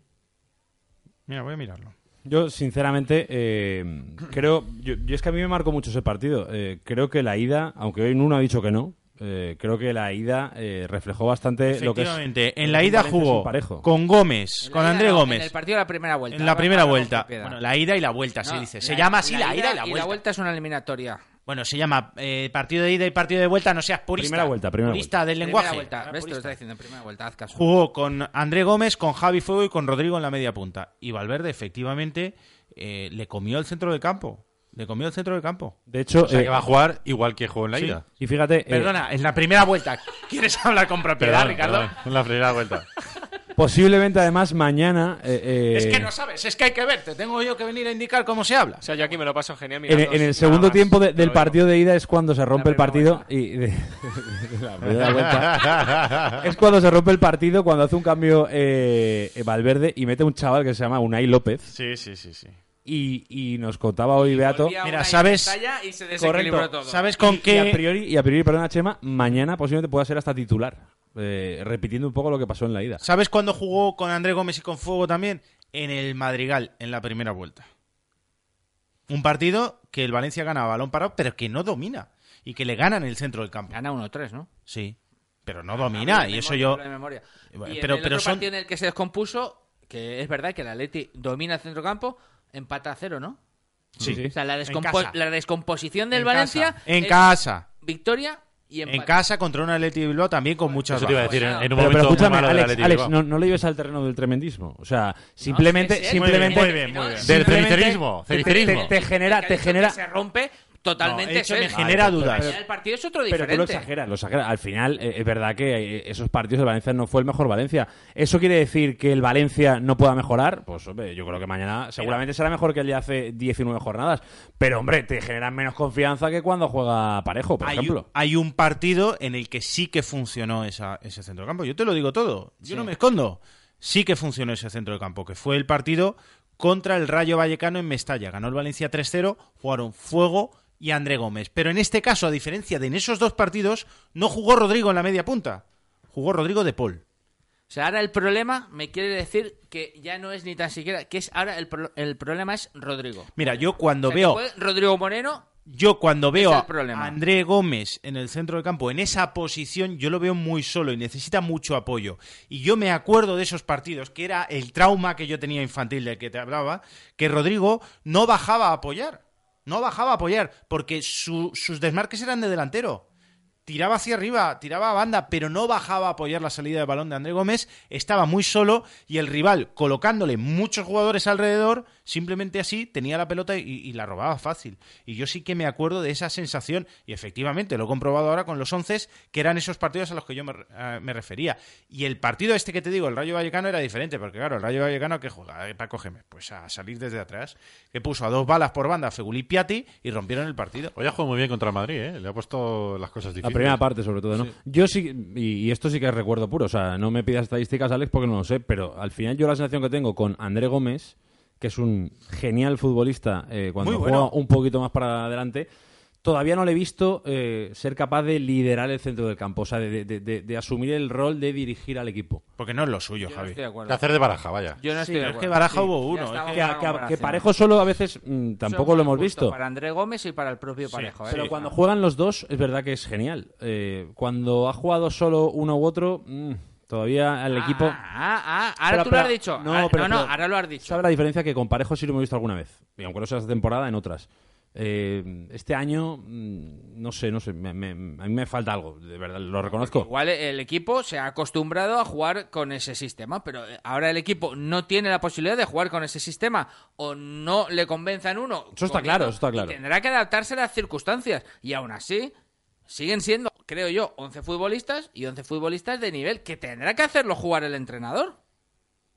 Mira, voy a mirarlo. Yo, sinceramente, eh, creo. Yo, yo es que a mí me marcó mucho ese partido. Eh, creo que la ida, aunque hoy uno ha dicho que no, eh, creo que la ida eh, reflejó bastante lo que es. Efectivamente, en el la ida Valencia es un jugó parejo. con Gómez, En la con ida André no, Gómez. En el partido de la primera vuelta. En la primera Ahora vuelta. con Cepeda. Bueno, la ida y la vuelta, se No, dice. Se llama así la, ida y la vuelta. es una eliminatoria. Bueno, se llama eh, partido de ida y partido de vuelta, no seas purista. Primera vuelta, primera Purista del Primera lenguaje. vuelta. Ah, ¿Ves? Te lo purista. está diciendo en primera vuelta. Haz caso. Jugó con André Gómez, con Javi Fuego y con Rodrigo en la media punta. Y Valverde, efectivamente, eh, le comió el centro del campo. Le comió el centro del campo. De hecho, O sea, eh, que va a jugar igual que jugó en la Sí. ida. y fíjate, eh, Perdona, en la primera vuelta. ¿Quieres hablar con propiedad, Perdón, Ricardo? perdón, en la primera vuelta. posiblemente además mañana. eh, eh, Es que no sabes, es que hay que ver. Te tengo yo que venir a indicar cómo se habla. O sea, yo aquí me lo paso genial. En, mirando en el nada segundo más, tiempo de- te lo del digo. partido de ida es cuando se rompe el primera partido vuelta. y de- la primera vuelta. es cuando se rompe el partido cuando hace un cambio eh, Valverde y mete un chaval que se llama Unai López Sí, sí, sí, sí. y, y nos contaba hoy Beato Volvía Mira, una sabes- pantalla y se desequilibró Correcto. todo. ¿Sabes con y a qué? priori y a priori perdona Chema mañana posiblemente pueda ser hasta titular eh, repitiendo un poco lo que pasó en la ida ¿Sabes cuándo jugó con André Gómez y con Fuego también? En el Madrigal, en la primera vuelta. Un partido que el Valencia gana a balón parado, pero que no domina. Y que le ganan el centro del campo. Gana 1-3, ¿no? Sí. Pero Ah, no domina. Hablo de Y eso memoria, yo. hablo de memoria. Bueno, Y en pero- el pero otro son- partido en el que se descompuso, que es verdad que el Atleti domina el centrocampo, empata a cero, ¿no? Sí. Sí, O sea, la, En descompo- casa. la descomposición del En Valencia casa. En es casa. victoria y empate. En casa contra un Atleti de Bilbao también con muchas Eso te iba a bajas. decir. En, en un pero, pero momento muy escúchame malo del Alex, Athletic Alex Bilbao. no, no le lleves al terreno del tremendismo o sea simplemente sí, sí, sí. simplemente Muy bien, muy bien, muy bien. Del simplemente cenicerismo, te- te- cenicerismo. te genera Que ha te dicho genera que se rompe totalmente No, he dicho, eso me es. genera Vale, dudas. pero el partido es otro Pero diferente. tú lo exageras, lo exageras. Al final, eh, es verdad que eh, esos partidos de Valencia no fue el mejor Valencia. ¿Eso quiere decir que el Valencia no pueda mejorar? Pues hombre, yo creo que mañana seguramente será mejor que el de hace 19 jornadas. Pero hombre, te generan menos confianza que cuando juega parejo, por hay, ejemplo. un- hay un partido en el que sí que funcionó esa, ese centrocampo. Yo te lo digo todo. Yo no me escondo. Sí que funcionó ese centrocampo, que fue el partido contra el Rayo Vallecano en Mestalla. Ganó el Valencia 3-0, jugaron Fuego y André Gómez. Pero en este caso, a diferencia de en esos dos partidos, no jugó Rodrigo en la media punta. Jugó Rodrigo de Paul. O sea, ahora el problema me quiere decir que ya no es ni tan siquiera. que es Ahora el, pro- el problema es Rodrigo. Mira, yo cuando O sea, que veo... juegue Rodrigo Moreno, Yo cuando veo es el a problema. André Gómez en el centro del campo, en esa posición, yo lo veo muy solo y necesita mucho apoyo. Y yo me acuerdo de esos partidos, que era el trauma que yo tenía infantil del que te hablaba, que Rodrigo no bajaba a apoyar. No bajaba a apoyar, porque su- sus desmarques eran de delantero. Tiraba hacia arriba, tiraba a banda, pero no bajaba a apoyar la salida de balón de André Gómez. Estaba muy solo y el rival, colocándole muchos jugadores alrededor, simplemente así tenía la pelota y, y la robaba fácil. Y yo sí que me acuerdo de esa sensación, y efectivamente lo he comprobado ahora con los once, que eran esos partidos a los que yo me, eh, me refería. Y el partido este que te digo, el Rayo Vallecano, era diferente, porque claro, el Rayo Vallecano, que juega? Eh, Paco Gémez, pues a salir desde atrás, que puso a dos balas por banda a Feguli Piatti y rompieron el partido. Hoy ha jugado muy bien contra el Madrid, ¿eh? Le ha puesto las cosas La difíciles. primera parte, sobre todo, ¿no? Yo sí, y, y esto sí que es recuerdo puro, o sea, no me pidas estadísticas, Alex, porque no lo sé, pero al final yo la sensación que tengo con André Gómez, que es un genial futbolista, eh, cuando Muy juega bueno. un poquito más para adelante, todavía no le he visto eh, ser capaz de liderar el centro del campo, o sea, de, de- de- de asumir el rol de dirigir al equipo. Porque no es lo suyo, Yo no Javi. estoy de De acuerdo. hacer de baraja, vaya. Yo no estoy de pero es acuerdo. que Baraja Sí, hubo ya uno, es estamos Que, en una que- que comparación. Parejo solo a veces mm, Eso tampoco es lo hemos injusto visto. Para André Gómez y para el propio Parejo. ¿eh? Pero cuando juegan los dos, es verdad que es genial. Eh, cuando ha jugado solo uno u otro, mm, todavía el Ah, equipo. Ah, ah, ahora Pero, tú pero- lo has dicho. no, Ah, No, pero- no, pero- ahora lo has dicho. ¿Sabe la diferencia que con Parejo sí lo hemos visto alguna vez? Y aunque no sea esta temporada, en otras. Eh, este año, mm, no sé, no sé. me- me- a mí me falta algo, de verdad, lo reconozco. Igual eh, el equipo se ha acostumbrado a jugar con ese sistema, pero eh, ahora el equipo no tiene la posibilidad de jugar con ese sistema o no le convenzan uno. Eso está con claro, otro, eso está claro. y tendrá que adaptarse a las circunstancias y aún así siguen siendo, creo yo, 11 futbolistas y 11 futbolistas de nivel que tendrá que hacerlo jugar el entrenador.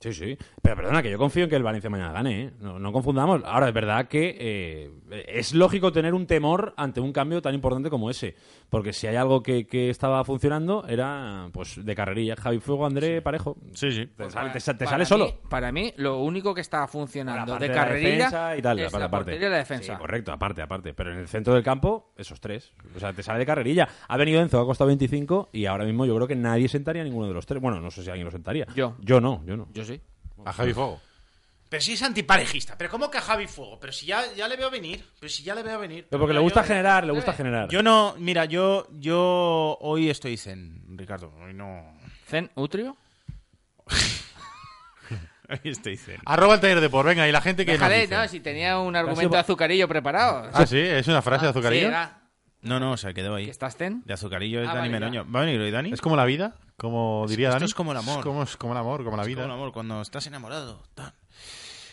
Sí, sí. Pero perdona, que yo confío en que el Valencia mañana gane, ¿eh? No, no confundamos. Ahora, es verdad que eh, es lógico tener un temor ante un cambio tan importante como ese. Porque si hay algo que, que estaba funcionando, era pues de carrerilla. Javi Fuego, André Parejo. Sí, sí. Te sale, te sa- te Para sale mí- solo. Para mí, lo único que está funcionando de Aparte la carrerilla defensa y tal, es la aparte. portería y la defensa. Sí, correcto, aparte, aparte. Pero en el centro del campo, esos tres. O sea, te sale de carrerilla. Ha venido Enzo, ha costado 25 y ahora mismo yo creo que nadie sentaría a ninguno de los tres. Bueno, no sé si alguien lo sentaría. Yo. Yo no, yo no. Yo sí. A Javi Fuego. Pero si es antiparejista. Pero ¿cómo que a Javi Fuego? Pero si ya, ya le veo venir. Pero si ya le veo venir. Pero porque Mira, le gusta yo- generar, le gusta generar. Yo no, mira, yo, yo hoy estoy zen, Ricardo. Hoy no. Zen Utrio. Hoy estoy zen. Arroba el taller de por, venga, y la gente que. nos Déjale, dice. no, si tenía un argumento de azucarillo preparado. Ah, sí, es una frase de Sí, azucarillo. va, No, no, se quedó ahí. que estás ten. De azucarillo es Ah, Dani vale, ya. Meroño. ¿Va a venir hoy Dani? Es como la vida, como diría esto Dani. es como el amor. Es como, es como el amor, como la Es vida. como el amor, cuando estás enamorado. tan.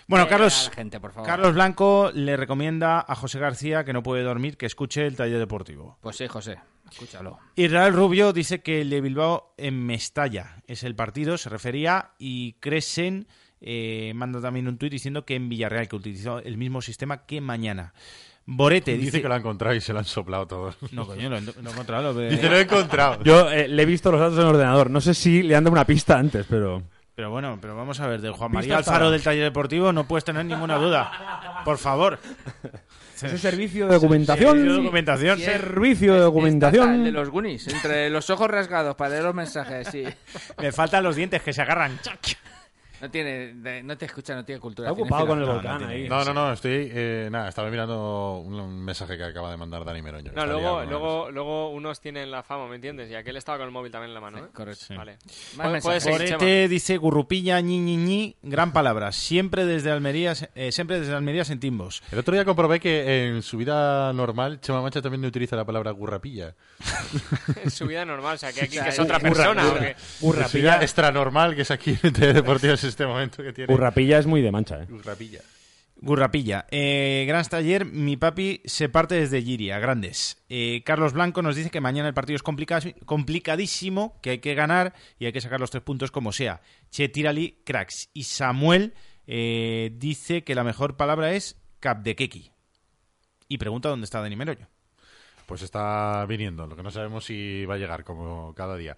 Bueno, Carlos, Eh, a la gente, por favor. Carlos Blanco le recomienda a José García, que no puede dormir, que escuche el taller deportivo. Pues sí, José, escúchalo. Israel Rubio dice que el de Bilbao en Mestalla es el partido, se refería, y Cresen eh, manda también un tuit diciendo que en Villarreal, que utilizó el mismo sistema que mañana. Borete Dice, dice... que lo ha encontrado y se lo han soplado todos. No, coño, lo, lo he encontrado. lo he- Dice, lo he encontrado. Yo eh, le he visto los datos en el ordenador. No sé si le han dado una pista antes, pero. Pero bueno, pero vamos a ver, de Juan María Pista hasta Alfaro ahora. del taller deportivo no puedes tener ninguna duda. Por favor. Ese servicio de documentación. Servicio de documentación. Servicio Está el de de documentación. los Goonies, entre los ojos rasgados para leer los mensajes, sí. Me faltan los dientes que se agarran. No tiene, de- no te escucha, no tiene cultura. Está tiene ocupado con el fila. volcán tiene- ahí. No, no, no, estoy. eh, nada, estaba mirando un, un mensaje que acaba de mandar Dani Meroño. No, Está liado luego, con luego, luego unos tienen la fama, ¿me entiendes? Y aquel estaba con el móvil también en la mano, ¿eh? Correcto. Vale. Más Pu- puede mensajes. seguir, Chema. Orete E dice gurrupiña, ñi, ñi, ñi, gran palabra. Siempre desde Almería, eh, siempre desde Almería sentimos. El otro día comprobé que en su vida normal Chema Mancha también no utiliza la palabra gurrapilla. En su vida normal, o sea, que aquí que es ahí- otra Burra, persona. burra. ¿o qué? En su vida extra normal que es aquí en TV Deportivos en este momento que tiene. Burrapilla es muy de mancha, ¿eh? Gurrapilla. Gurrapilla. Eh, gran taller, mi papi se parte desde Giria, grandes. Eh, Carlos Blanco nos dice que mañana el partido es complica- complicadísimo, que hay que ganar y hay que sacar los tres puntos como sea. Che, tírali, cracks. Y Samuel eh, dice que la mejor palabra es capdequequi. Y pregunta dónde está Dani Meroño. Pues está viniendo, lo que no sabemos si va a llegar como cada día.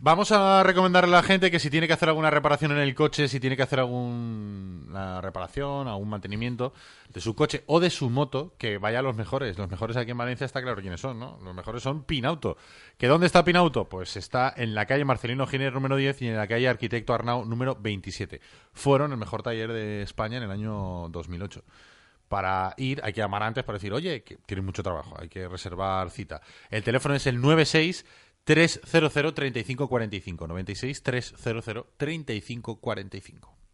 Vamos a recomendarle a la gente que si tiene que hacer alguna reparación en el coche, si tiene que hacer alguna reparación, algún mantenimiento de su coche o de su moto, que vaya a los mejores. Los mejores aquí en Valencia está claro quiénes son, ¿no? Los mejores son Pinauto. ¿Que dónde está Pinauto? Pues está en la calle Marcelino Giner número 10 y en la calle Arquitecto Arnau número 27. Fueron el mejor taller de España en el año 2008 para ir, hay que llamar antes para decir, oye, que tienes mucho trabajo, hay que reservar cita. El teléfono es el 96 300 3545, 96 300 3545.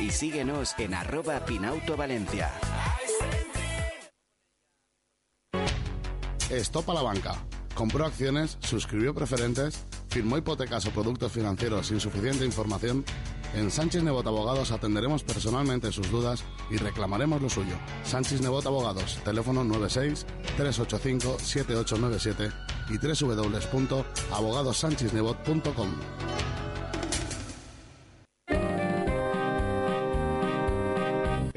y síguenos en arroba pinauto valencia. Stop a la banca. Compró acciones, suscribió preferentes, firmó hipotecas o productos financieros sin suficiente información. En Sánchez Nebot Abogados atenderemos personalmente sus dudas y reclamaremos lo suyo. Sánchez Nebot Abogados, teléfono 96 385 7897 y www.abogadossancheznebot.com.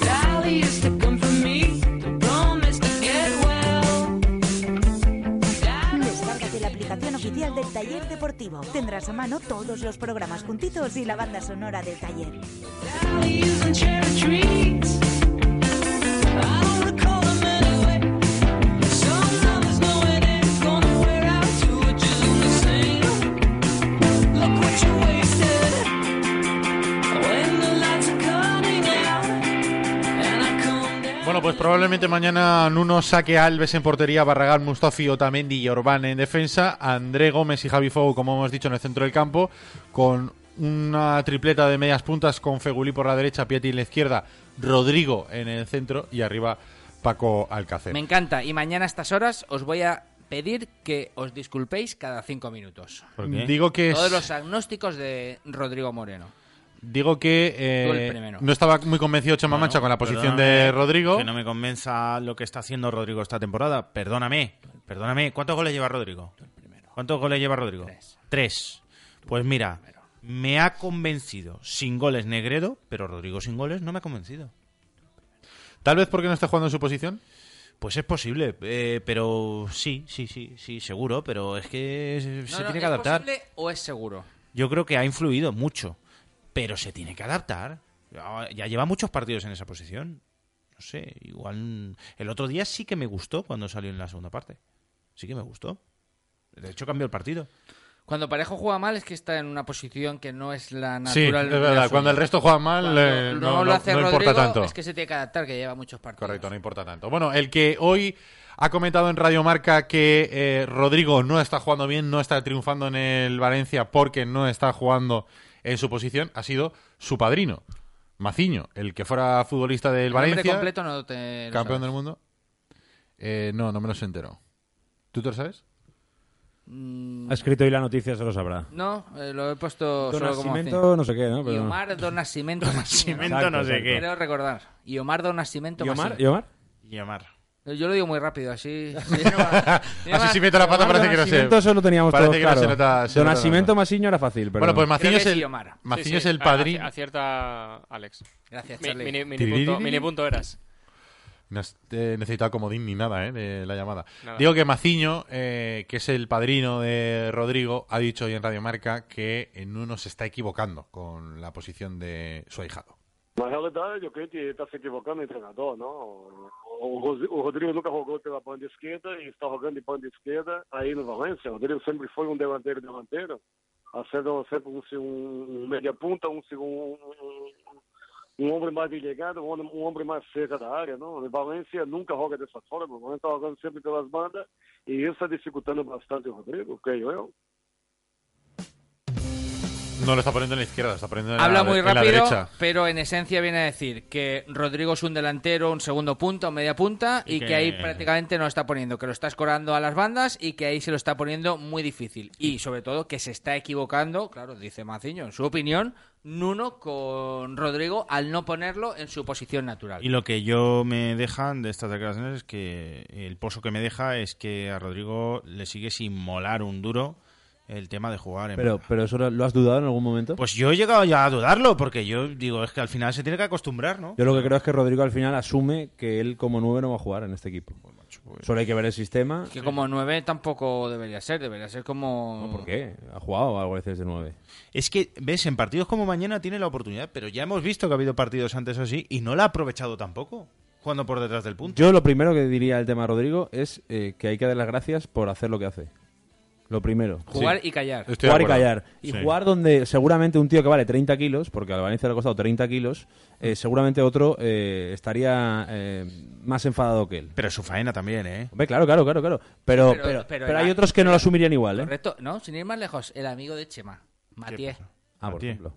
Sally used to come for me, promise to get well. Descárgate la aplicación oficial del Taller Deportivo. Tendrás a mano todos los programas juntitos y la banda sonora del taller. Sally using cherry treats. I don't recall them anyway. Some lovers know it ain't gonna wear out to it just the same. Look what you wasted when the lights are coming out and I come down. Bueno, pues probablemente mañana Nuno saque a Alves en portería, Barragán, Mustafi, Otamendi y Orbán en defensa, André Gómez y Javi Fou, como hemos dicho, en el centro del campo, con una tripleta de medias puntas con Fegulí por la derecha, Piatti en la izquierda, Rodrigo en el centro y arriba Paco Alcácer. Me encanta. Y mañana a estas horas os voy a pedir que os disculpéis cada cinco minutos. Digo que, es- Todos los agnósticos de Rodrigo Moreno. digo que eh, Tú el primero. eh, no estaba muy convencido Chema Mancha con la posición de perdóname, Rodrigo. Que no me convenza lo que está haciendo Rodrigo esta temporada. Perdóname, perdóname. ¿Cuántos goles lleva Rodrigo? ¿Cuántos goles lleva Rodrigo? Tres. Pues mira, me ha convencido sin goles Negredo, pero Rodrigo sin goles no me ha convencido. Tal vez porque no está jugando en su posición. Pues es posible, eh, pero sí, sí, sí, sí, seguro, pero es que se, se No, no, tiene ¿es que adaptar. posible o es seguro? Yo creo que ha influido mucho, pero se tiene que adaptar. Ya- Ya lleva muchos partidos en esa posición. No sé, igual el otro día sí que me gustó cuando salió en la segunda parte. Sí que me gustó. De hecho cambió el partido. Cuando Parejo juega mal es que está en una posición que no es la Sí, es natural. de la verdad. suya. Cuando el resto juega mal, Cuando eh, no, no- no importa Rodrigo, tanto. Es que se tiene que adaptar, que lleva muchos partidos. Correcto, no importa tanto. Bueno, el que hoy ha comentado en Radio Marca que eh, Rodrigo no está jugando bien, no está triunfando en el Valencia porque no está jugando en su posición, ha sido su padrino, Maciño, el que fuera futbolista del El nombre Valencia, completo no te lo campeón sabes. del mundo. Eh, no, no me los entero. ¿Tú te lo sabes? Ha escrito hoy la noticia, se lo sabrá. No, eh, lo he puesto Don solo como Nascimento, acento. no sé qué, ¿no? Y Pero- Omar Don Nascimento. Nascimento. Exacto, no sé exacto. qué. Creo recordar. Y Omar Don Nascimento. ¿Y Omar? Masí. ¿Y Omar? Y Omar. Yo lo digo muy rápido, así. Así si meto la pata parece que no sé. Donacimiento, eso lo teníamos Parece todo que no claro. se nota- se Don nota Nascimento nada. Masiño era fácil, pero... Bueno, pues Maciño Creo es que sí, el, Omar. Sí, Maciño Sí, es sí, el a- padrino. Acierta, Alex. Gracias, Mi- Charlie. Mini, mini Tiririri. punto, mini punto eras. No has eh, necesitado comodín ni nada, ¿eh? De la llamada. Nada. Digo que Maciño, eh, que es el padrino de Rodrigo, ha dicho hoy en Radio Marca que en uno se está equivocando con la posición de su ahijado. Mas a realidade, eu creio que está se equivocando o treinador, não? O, Ros- o Rodrigo nunca jogou pela banda esquerda e está jogando de banda esquerda aí no Valência. O Rodrigo sempre foi um delanteiro delanteiro, sendo sempre um, se- um meia punta, um, se- um, um, um homem mais de chegada, um, homem- um homem mais cerca da área, não? O Valência nunca joga dessa forma, o Valência está jogando sempre pelas bandas tá e isso está dificultando bastante o Rodrigo, creio eu. No lo está poniendo en la izquierda, lo está poniendo en, Habla la, muy en la rápido, derecha. pero en esencia viene a decir que Rodrigo es un delantero, un segundo punta, un media punta, y, Y que... que- ahí prácticamente no lo está poniendo, que lo está escorando a las bandas y que ahí se lo está poniendo muy difícil. Y sobre todo que se está equivocando, claro, dice Maciño, en su opinión, Nuno con Rodrigo al no ponerlo en su posición natural. Y lo que yo me dejan de estas declaraciones es que el pozo que me deja es que a Rodrigo le sigue sin molar un duro el tema de jugar en Pero, pero eso lo- lo has dudado en algún momento. Pues yo he llegado ya a dudarlo, porque yo digo, es que al final se tiene que acostumbrar, ¿no? Yo lo que creo es que Rodrigo al final asume que él como nueve no va a jugar en este equipo. Pues, Solo hay que ver el sistema. Que como nueve tampoco debería ser, debería ser como... ¿Por qué? Ha jugado algo veces de nueve. Es que, ves, en partidos como mañana tiene la oportunidad, pero ya hemos visto que ha habido partidos antes así y no la ha aprovechado tampoco, jugando por detrás del punto. Yo lo primero que diría al tema Rodrigo es eh, que hay que dar las gracias por hacer lo que hace. Lo primero. Jugar y callar. Estoy de jugar y acuerdo. callar. Y Sí. jugar donde seguramente un tío que vale 30 kilos, porque al Valencia le ha costado 30 kilos, Mm. eh, seguramente otro eh, estaría eh, más enfadado que él. Pero su faena también, ¿eh? Hombre, claro, claro, claro, claro. Pero, Pero- pero, pero pero era- hay otros que no lo asumirían igual, ¿eh? Correcto, ¿no? Sin ir más lejos, el amigo de Chema, Matías. Ah, por Tío. ejemplo.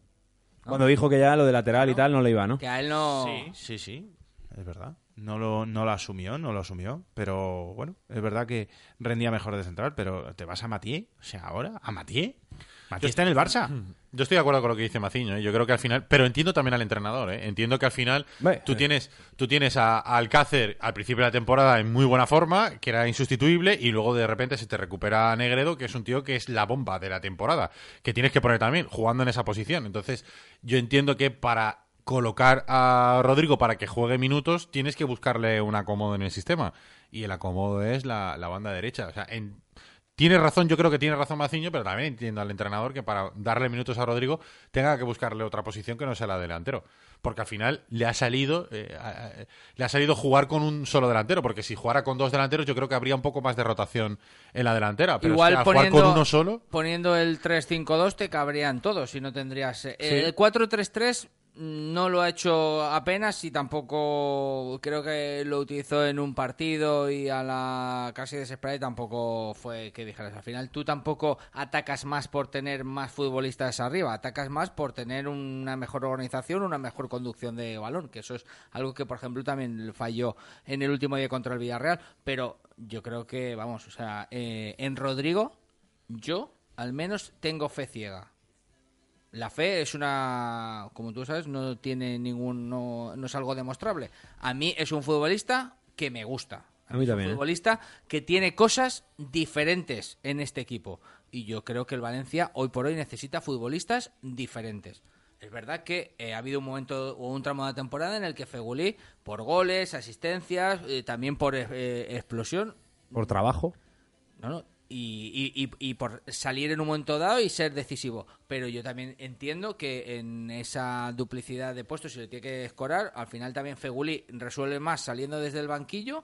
Ah. Cuando dijo que ya lo de lateral y tal no le iba, ¿no? Que a él no... Sí, sí, sí, es verdad. No lo, no lo asumió, no lo asumió, pero bueno, es verdad que rendía mejor de central, pero ¿te vas a Matié? O sea, ahora, ¿a Matié? Matié está en el Barça. Yo estoy de acuerdo con lo que dice Maciño. ¿eh? Yo creo que al final, pero entiendo también al entrenador. ¿eh? Entiendo que al final Hombre, tú eh. tienes, tú tienes a, a Alcácer al principio de la temporada en muy buena forma, que era insustituible, y luego de repente se te recupera Negredo, que es un tío que es la bomba de la temporada, que tienes que poner también jugando en esa posición. Entonces, yo entiendo que para colocar a Rodrigo para que juegue minutos, tienes que buscarle un acomodo en el sistema. Y el acomodo es la, la banda derecha. O sea, en, tiene razón, yo creo que tiene razón Maciño, pero también entiendo al entrenador que para darle minutos a Rodrigo tenga que buscarle otra posición que no sea la de delantero. Porque al final le ha salido eh, a- a- le ha salido jugar con un solo delantero, porque si jugara con dos delanteros yo creo que habría un poco más de rotación en la delantera. Pero Igual es que al poniendo, jugar con uno solo... poniendo el 3-5-2 te cabrían todos y no tendrías... eh, El 4-3-3 no lo ha hecho apenas y tampoco creo que lo utilizó en un partido y a la casi desesperada y tampoco fue que dijeras al final tú tampoco atacas más por tener más futbolistas arriba atacas más por tener una mejor organización una mejor conducción de balón que eso es algo que por ejemplo también falló en el último día contra el Villarreal pero yo creo que vamos o sea eh, en Rodrigo yo al menos tengo fe ciega la fe es una, como tú sabes, no tiene ningún, no, no es algo demostrable. A mí es un futbolista que me gusta. A mí es también, Un ¿eh? futbolista que tiene cosas diferentes en este equipo. Y yo creo que el Valencia hoy por hoy necesita futbolistas diferentes. Es verdad que eh, ha habido un momento o un tramo de la temporada en el que Fegulí, por goles, asistencias, eh, también por eh, explosión, Por trabajo. no, no. Y, y- y- y por salir en un momento dado y ser decisivo. Pero yo también entiendo que en esa duplicidad de puestos, si le tiene que escorar, al final también Feguli resuelve más saliendo desde el banquillo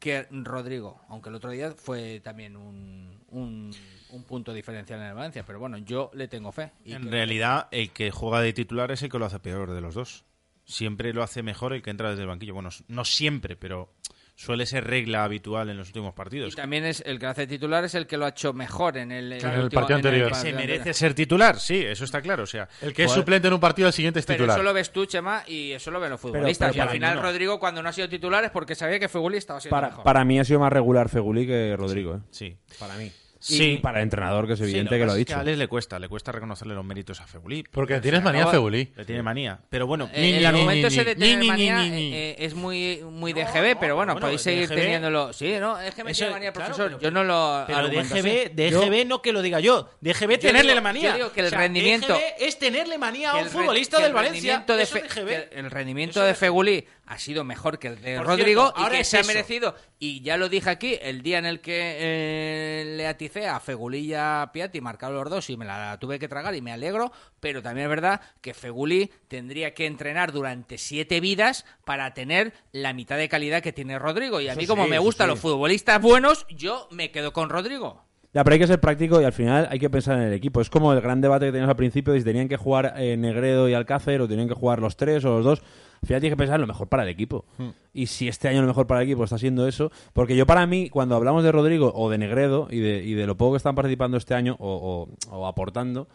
que Rodrigo. Aunque el otro día fue también un, un- un punto diferencial en el Valencia. Pero bueno, yo le tengo fe. Y En creo- realidad, el que juega de titular es el que lo hace peor de los dos. Siempre lo hace mejor el que entra desde el banquillo. Bueno, no siempre, pero suele ser regla habitual en los últimos y partidos. también es el que hace titular es el que lo ha hecho mejor en el, En el último- partido anterior. Que se partido merece anterior. ser titular, sí, eso está claro. O sea, El que es joder, suplente en un partido, el siguiente es Pero titular. eso lo ves tú, Chema, y eso lo ven los futbolistas. pero y al para final, mí no. Rodrigo, cuando no ha sido titular, es porque sabía que Feguli estaba siendo Para, mejor. para mí ha sido más regular Feguli que Rodrigo, ¿eh? Sí, Para mí. Sí. Y para el entrenador, que es evidente Sí, que lo pasa ha es dicho. a Alex le cuesta, le cuesta reconocerle los méritos a Febulí. Porque tienes manía a Febulí. Le tiene manía. Pero bueno, Eh, Ni, el ni, argumento ni, ni, ese de ni, tener ni, ni, manía ni, ni. eh, eh, es muy, muy DGB, pero bueno, bueno, podéis seguir DGB. teniéndolo. Sí, no, es que me Eso, tiene manía, claro, profesor. pero- yo no lo. Pero argumento así. DGB, DGB no que lo diga yo. DGB Yo tenerle digo- la manía. yo digo que el O sea, rendimiento- DGB es tenerle manía a Que un el re- futbolista que el del Valencia. rendimiento de Eso Fe- es DGB. que el rendimiento Eso de es- Feguli ha sido mejor que el de Por Rodrigo cierto, y ahora que es se ha eso. merecido. Y ya lo dije aquí, el día en el que eh, le aticé a Feguli y a Piatti, marcaron los dos y me la tuve que tragar y me alegro, pero también es verdad que Feguli tendría que entrenar durante siete vidas para tener la mitad de calidad que tiene Rodrigo. Y a Eso mí, como sí, me eso gustan sí. los futbolistas buenos, yo me quedo con Rodrigo. Ya, pero hay que ser práctico y al final hay que pensar en el equipo. Es como el gran debate que teníamos al principio de si tenían que jugar eh, Negredo y Alcácer o tenían que jugar los tres o los dos. Al final tienes que pensar en lo mejor para el equipo. Hmm. Y si este año lo mejor para el equipo está siendo eso, porque yo para mí, cuando hablamos de Rodrigo o de Negredo y de, y de lo poco que están participando este año o, o- o aportando,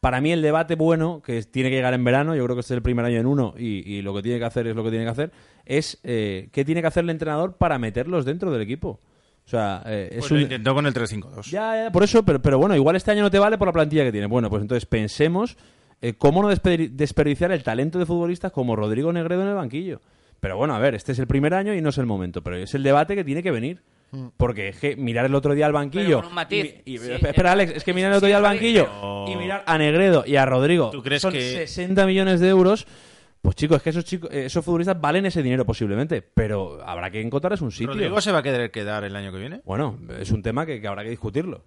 Para mí el debate bueno, que es- tiene que llegar en verano, yo creo que este es el primer año en uno y, y lo que tiene que hacer es lo que tiene que hacer, es eh, qué tiene que hacer el entrenador para meterlos dentro del equipo. O sea, eh, es Pues un... lo intentó con el 3-5-2. Ya, ya, por eso, pero, pero bueno, igual este año no te vale por la plantilla que tiene. Bueno, pues entonces pensemos eh, cómo no desper- desperdiciar el talento de futbolistas como Rodrigo Negredo en el banquillo. Pero bueno, a ver, este es el primer año y no es el momento, pero es el debate que tiene que venir. Porque es que mirar el otro día al banquillo. con un matiz. y- y- Sí, espera, Alex, es que mirar el otro día al banquillo y mirar a Negredo y a Rodrigo. ¿Tú crees son que- 60 millones de euros. Pues chicos, es que esos chicos, eh, esos futbolistas valen ese dinero posiblemente, pero habrá que encontrarles un sitio. ¿Rodrigo se va a querer quedar el año que viene? Bueno, es un tema que, que habrá que discutirlo.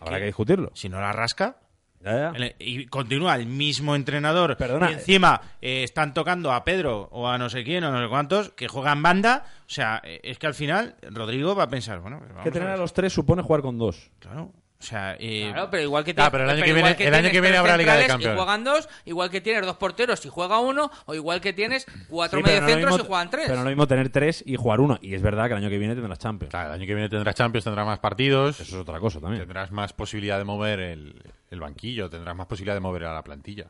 Habrá que discutirlo. Si no la rasca. Ya, ya. el- Y continúa el mismo entrenador. Perdona. Y encima eh, están tocando a Pedro o a no sé quién o no sé cuántos que juegan banda. O sea, eh, es que al final Rodrigo va a pensar, bueno, pues vamos Que a tener ver. a los tres supone jugar con dos. Claro. O sea, eh, Claro, pero igual que Ah, tiene- pero el año que igual viene- el año tienes que viene tres habrá Liga de centrales Campeones. Y juegan dos, igual que tienes dos porteros si juega uno, o igual que tienes cuatro Sí, pero no lo mediocentros mismo- y juegan tres. Pero no lo mismo tener tres y jugar uno. Y es verdad que el año que viene tendrás Champions. Claro, el año que viene tendrás Champions, tendrás más partidos, Eso es otra cosa también. tendrás más posibilidad de mover el, el banquillo, tendrás más posibilidad de mover a la plantilla.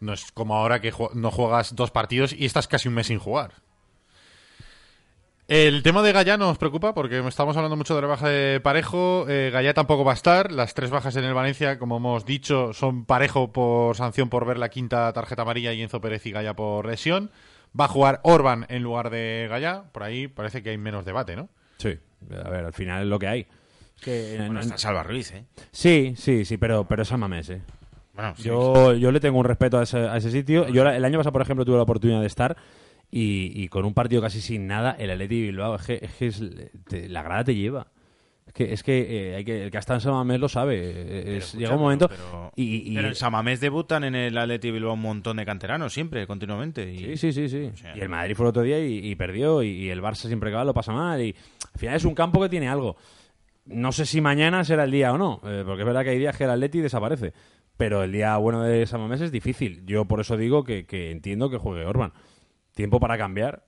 No es como ahora que ju- no juegas dos partidos y estás casi un mes sin jugar. El tema de Gallá nos preocupa porque estamos hablando mucho de la baja de Parejo. Eh, Gallá tampoco va a estar. Las tres bajas en el Valencia, como hemos dicho, son Parejo por sanción por ver la quinta tarjeta amarilla y Enzo Pérez y Gallá por lesión. Va a jugar Orban en lugar de Gallá. Por ahí parece que hay menos debate, ¿no? Sí. A ver, al final es lo que hay. Que- bueno, está Salva Ruiz, ¿eh? Sí, sí, sí, pero, pero esa mames, ¿eh? Bueno, sí. Yo, yo le tengo un respeto a ese, a ese sitio. Yo la- el año pasado, por ejemplo, tuve la oportunidad de estar y, y con un partido casi sin nada, el Atleti de Bilbao, es que, es que es- te- la grada te lleva. Es que, es que, eh, hay que el que ha estado en San Mamés lo sabe. Eh, es- escucha, llega un momento pero- pero- y... y- Pero en Samamés debutan en el Atleti Bilbao un montón de canteranos siempre, continuamente. Y... Sí, sí, sí, sí. sea- Y el Madrid fue el otro día y, y perdió, y, y el Barça siempre que va lo pasa mal, y al final es un campo que tiene algo. No sé si mañana será el día o no, eh, porque es verdad que hay días que el Atleti desaparece, pero el día bueno de San Mamés es difícil. Yo por eso digo que, que entiendo que juegue Orban. Tiempo para cambiar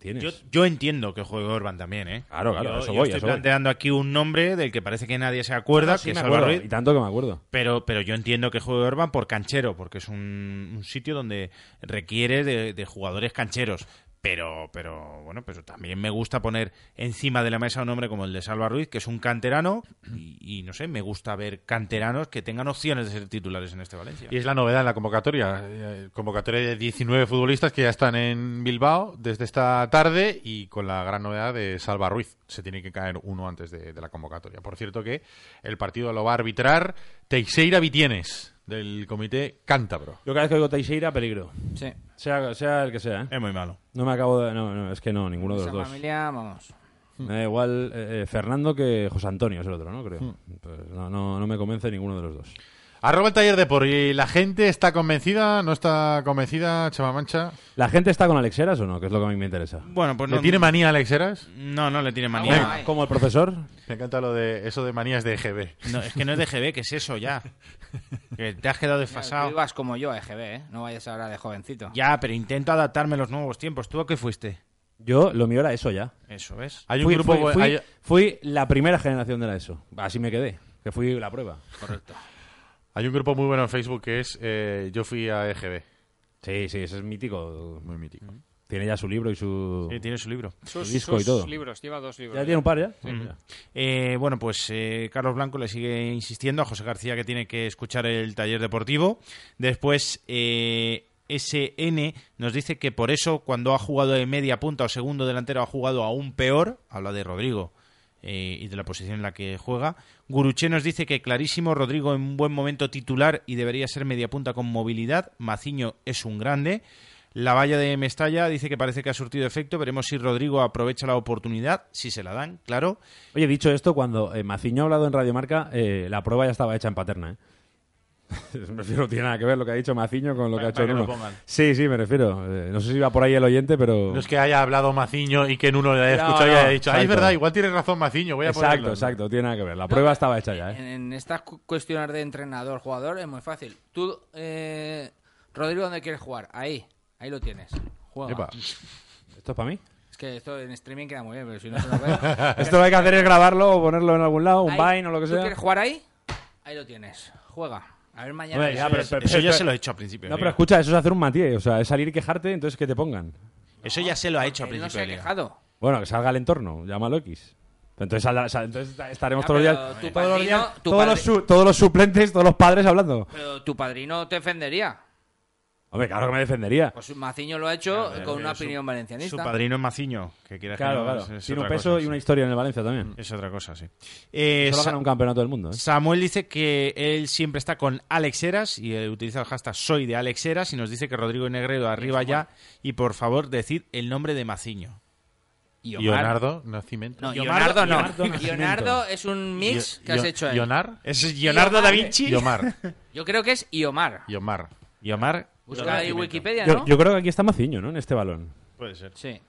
tienes. Yo, yo entiendo que juegue Orban también, ¿eh? Claro, claro, Yo- a eso yo voy, a estoy eso voy. Ah, planteando aquí un nombre del que parece que nadie se acuerda, Sí, que es me Salva acuerdo, Ruiz. y tanto que me acuerdo. Pero, pero yo entiendo que juegue Orban por canchero, porque es un, un sitio donde requiere de, de jugadores cancheros. Pero, pero bueno, pero también me gusta poner encima de la mesa un hombre como el de Salva Ruiz, que es un canterano, y, y no sé, me gusta ver canteranos que tengan opciones de ser titulares en este Valencia. Y es la novedad en la convocatoria. Eh, Convocatoria de 19 futbolistas que ya están en Bilbao desde esta tarde y con la gran novedad de Salva Ruiz. Se tiene que caer uno antes de, de la convocatoria. Por cierto que el partido lo va a arbitrar Teixeira Vitienes del Comité Cántabro. Yo cada vez que oigo Teixeira, peligro. Sí. Sea, sea el que sea, ¿eh? Es muy malo. No me acabo de... No, no, es que no, ninguno de Esa los dos. familia, vamos. Me da igual eh, eh, Fernando que José Antonio, es el otro, ¿no? Creo. Hmm. Pues no, no, no me convence ninguno de los dos. Arroba el taller de por. ¿Y la gente está convencida? ¿No está convencida, Chema Mancha? ¿La gente está con Alexeras o no? Que es lo que a mí me interesa. Bueno, pues ¿Le no. tiene manía a Alex Heras? No, no le tiene manía. Venga. Ay. ¿Como el profesor? Me encanta lo de eso de manías de E EGB. No, es que no es de GB, que es eso ya. Que te has quedado Pasado. Tú desfasado. ibas como yo a EGB, ¿eh? No vayas ahora de jovencito. Ya, pero intento adaptarme a los nuevos tiempos. ¿Tú a qué fuiste? Yo, lo mío era eso ya. Eso ves. Hay un fui, grupo. fui, fui- hay- fui la primera generación de la ESO. Así me quedé. Que fui la prueba. Correcto. Hay un grupo muy bueno en Facebook que es eh, Yo fui a EGB. Sí, sí, ese es mítico. Muy mítico. Tiene ya su libro y su, Sí, tiene su libro. su Sus, disco y sus todo. libros, lleva dos libros. Ya tiene un par, ¿ya? Sí, mira. Eh, bueno, pues eh, Carlos Blanco le sigue insistiendo a José García que tiene que escuchar el taller deportivo. Después, eh, SN nos dice que por eso cuando ha jugado de media punta o segundo delantero ha jugado aún peor. Habla de Rodrigo eh, y de la posición en la que juega. Guruché nos dice que clarísimo, Rodrigo en un buen momento titular y debería ser media punta con movilidad. Maciño es un grande. La valla de Mestalla dice que parece que ha surtido efecto. Veremos si Rodrigo aprovecha la oportunidad, si se la dan, claro. Oye, dicho esto, cuando eh, Maciño ha hablado en Radio Marca, eh, la prueba ya estaba hecha en Paterna, ¿eh? me refiero, no tiene nada que ver lo que ha dicho Maciño con lo Para- que ha para hecho que Nuno. lo pongan. Sí, sí, me refiero. Eh, no sé si va por ahí el oyente, pero... No es que haya hablado Maciño y que en uno le haya No, escuchado y no, haya dicho, "Ay, es exacto. verdad, igual tiene razón Maciño, voy a exacto, ponerlo". exacto, tiene nada que ver. La prueba estaba hecha ya, En, ¿eh? en estas cu- cuestiones de entrenador, jugador, es muy fácil. Tú, eh, Rodrigo, ¿dónde quieres jugar? Ahí. Ahí lo tienes. Juega. Epa. ¿Esto es para mí? Es que esto en streaming queda muy bien, pero si no se lo veo. Esto lo que hay que hacer es grabarlo o ponerlo en algún lado, un Ahí, Vine o lo que ¿Tú sea. quieres jugar ahí? Ahí lo tienes. Juega. A ver mañana. Hombre, ya, pero- pero- eso ya pero- se lo he hecho al principio. No, de pero liga. escucha, eso es hacer un matié. O sea, es salir y quejarte, entonces que te pongan. Eso ya se lo ha hecho al Él Eh, no principio se de ha liga. quejado. Bueno, que salga el entorno, llámalo X. Entonces, saldrá- sal- entonces estaremos Ya, todos, los pero días- tu todos los padrino- días- tu todos los padri- su- todos los suplentes, todos los padres hablando. Pero tu padrino te defendería. Hombre, claro que me defendería. Pues Maciño lo ha hecho con una opinión valencianista. Su padrino es Maciño, que quiera Claro, claro. Tiene un peso y una historia en el Valencia también. Es otra cosa, sí. Eh, Solo Sa- gana un campeonato del mundo. ¿eh? Samuel dice que él siempre está con Alex Heras y eh, utiliza el hashtag soy de Alex Heras y nos dice que Rodrigo Negredo arriba ya y por favor decid el nombre de Maciño. Y Leonardo Nacimiento. No, Leonardo Leonardo Leonardo no. Nascimento. Leonardo es un mix que has hecho ahí. Ionar. Es Leonardo da Vinci. Yomar. Yo creo que es Iomar. Yomar. Y Omar. Busca ahí Wikipedia, Yo, ¿no? yo creo que aquí está Maciño, ¿no? En este balón. Puede ser. Sí.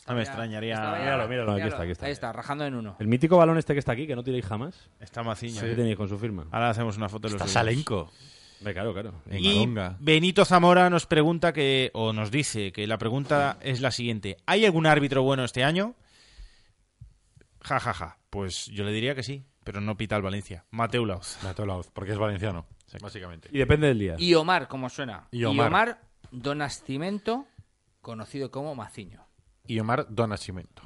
Ah, No me Ya, extrañaría. estaba ya- Míralo, míralo, aquí está, aquí está. Ahí está, rajando en uno. El mítico balón este que está aquí, que no tiréis jamás. Está Maciño. eh. ¿Qué tenéis con su firma? Ahora hacemos una foto de los Está dos. Salenco. Hombre, claro, claro. Y Madonga. Benito Zamora nos pregunta que, o nos dice que la pregunta es la siguiente: ¿Hay algún árbitro bueno este año? Ja, ja, ja. Pues yo le diría que sí, pero no pita el Valencia. Mateu Laoz. Matolaoz, porque es valenciano, básicamente. Y depende del día. Iomar, como suena. Iomar. Iomar Donascimento, conocido como Maciño. y Omar Donacimento.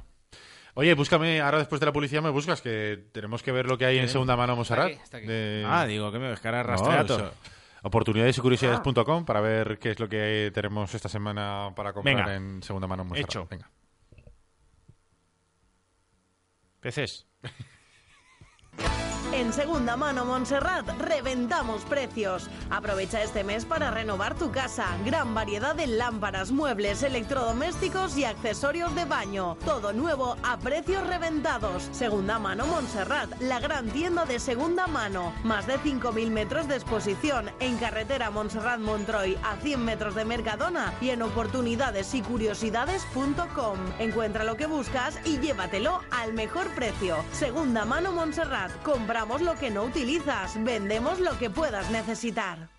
Oye, búscame, ahora después de la publicidad me buscas, que tenemos que ver lo que hay en segunda mano Monserrat. aquí, está aquí. de- Ah, digo, que me cara Eh, No, rastreato. eso. Oportunidades y curiosidades.com para ver qué es lo que tenemos esta semana para comprar Venga. en segunda mano Monserrat. Hecho. Venga. Peces. En Segunda Mano Montserrat reventamos precios. Aprovecha este mes para renovar tu casa. Gran variedad de lámparas, muebles, electrodomésticos y accesorios de baño. Todo nuevo a precios reventados. Segunda Mano Montserrat, la gran tienda de segunda mano. Más de 5.000 metros de exposición en carretera Montserrat-Montroy a 100 metros de Mercadona y en oportunidades y curiosidades.com. Encuentra lo que buscas y llévatelo al mejor precio. Segunda Mano Montserrat, compramos lo que no utilizas, vendemos lo que puedas necesitar.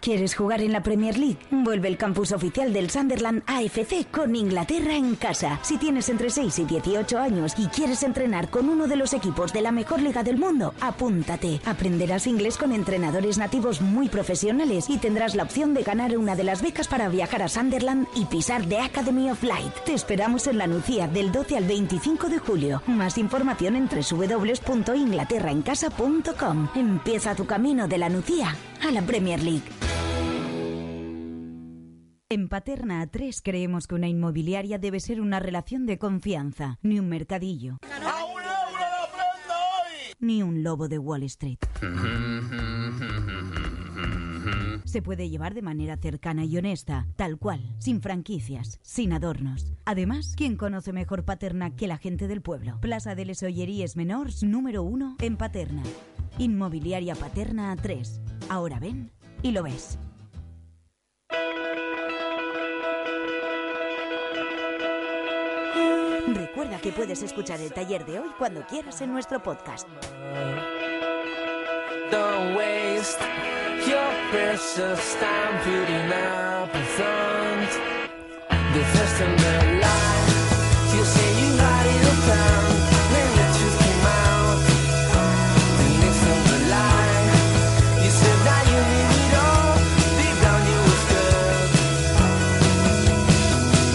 ¿Quieres jugar en la Premier League? Vuelve el campus oficial del Sunderland AFC con Inglaterra en casa. Si tienes entre 6 y 18 años y quieres entrenar con uno de los equipos de la mejor liga del mundo, apúntate. Aprenderás inglés con entrenadores nativos muy profesionales y tendrás la opción de ganar una de las becas para viajar a Sunderland y pisar The Academy of Light. Te esperamos en la Nucía del 12 al 25 de julio. Más información en www.inglaterraencasa.com. Empieza tu camino de la Nucía a la Premier League. En Paterna A3 creemos que una inmobiliaria debe ser una relación de confianza, ni un mercadillo. Ni un lobo de Wall Street. Se puede llevar de manera cercana y honesta, tal cual, sin franquicias, sin adornos. Además, ¿quién conoce mejor Paterna que la gente del pueblo? Plaza de les Olleries Menors, número 1, en Paterna. Inmobiliaria Paterna A3. Ahora ven y lo ves. Recuerda que puedes escuchar el taller de hoy cuando quieras en nuestro podcast. Don't waste your precious time putting up a front. The first and the last, you say you had it all planned, then the truth came out. The next of the lie, you said that you knew it all. Deep down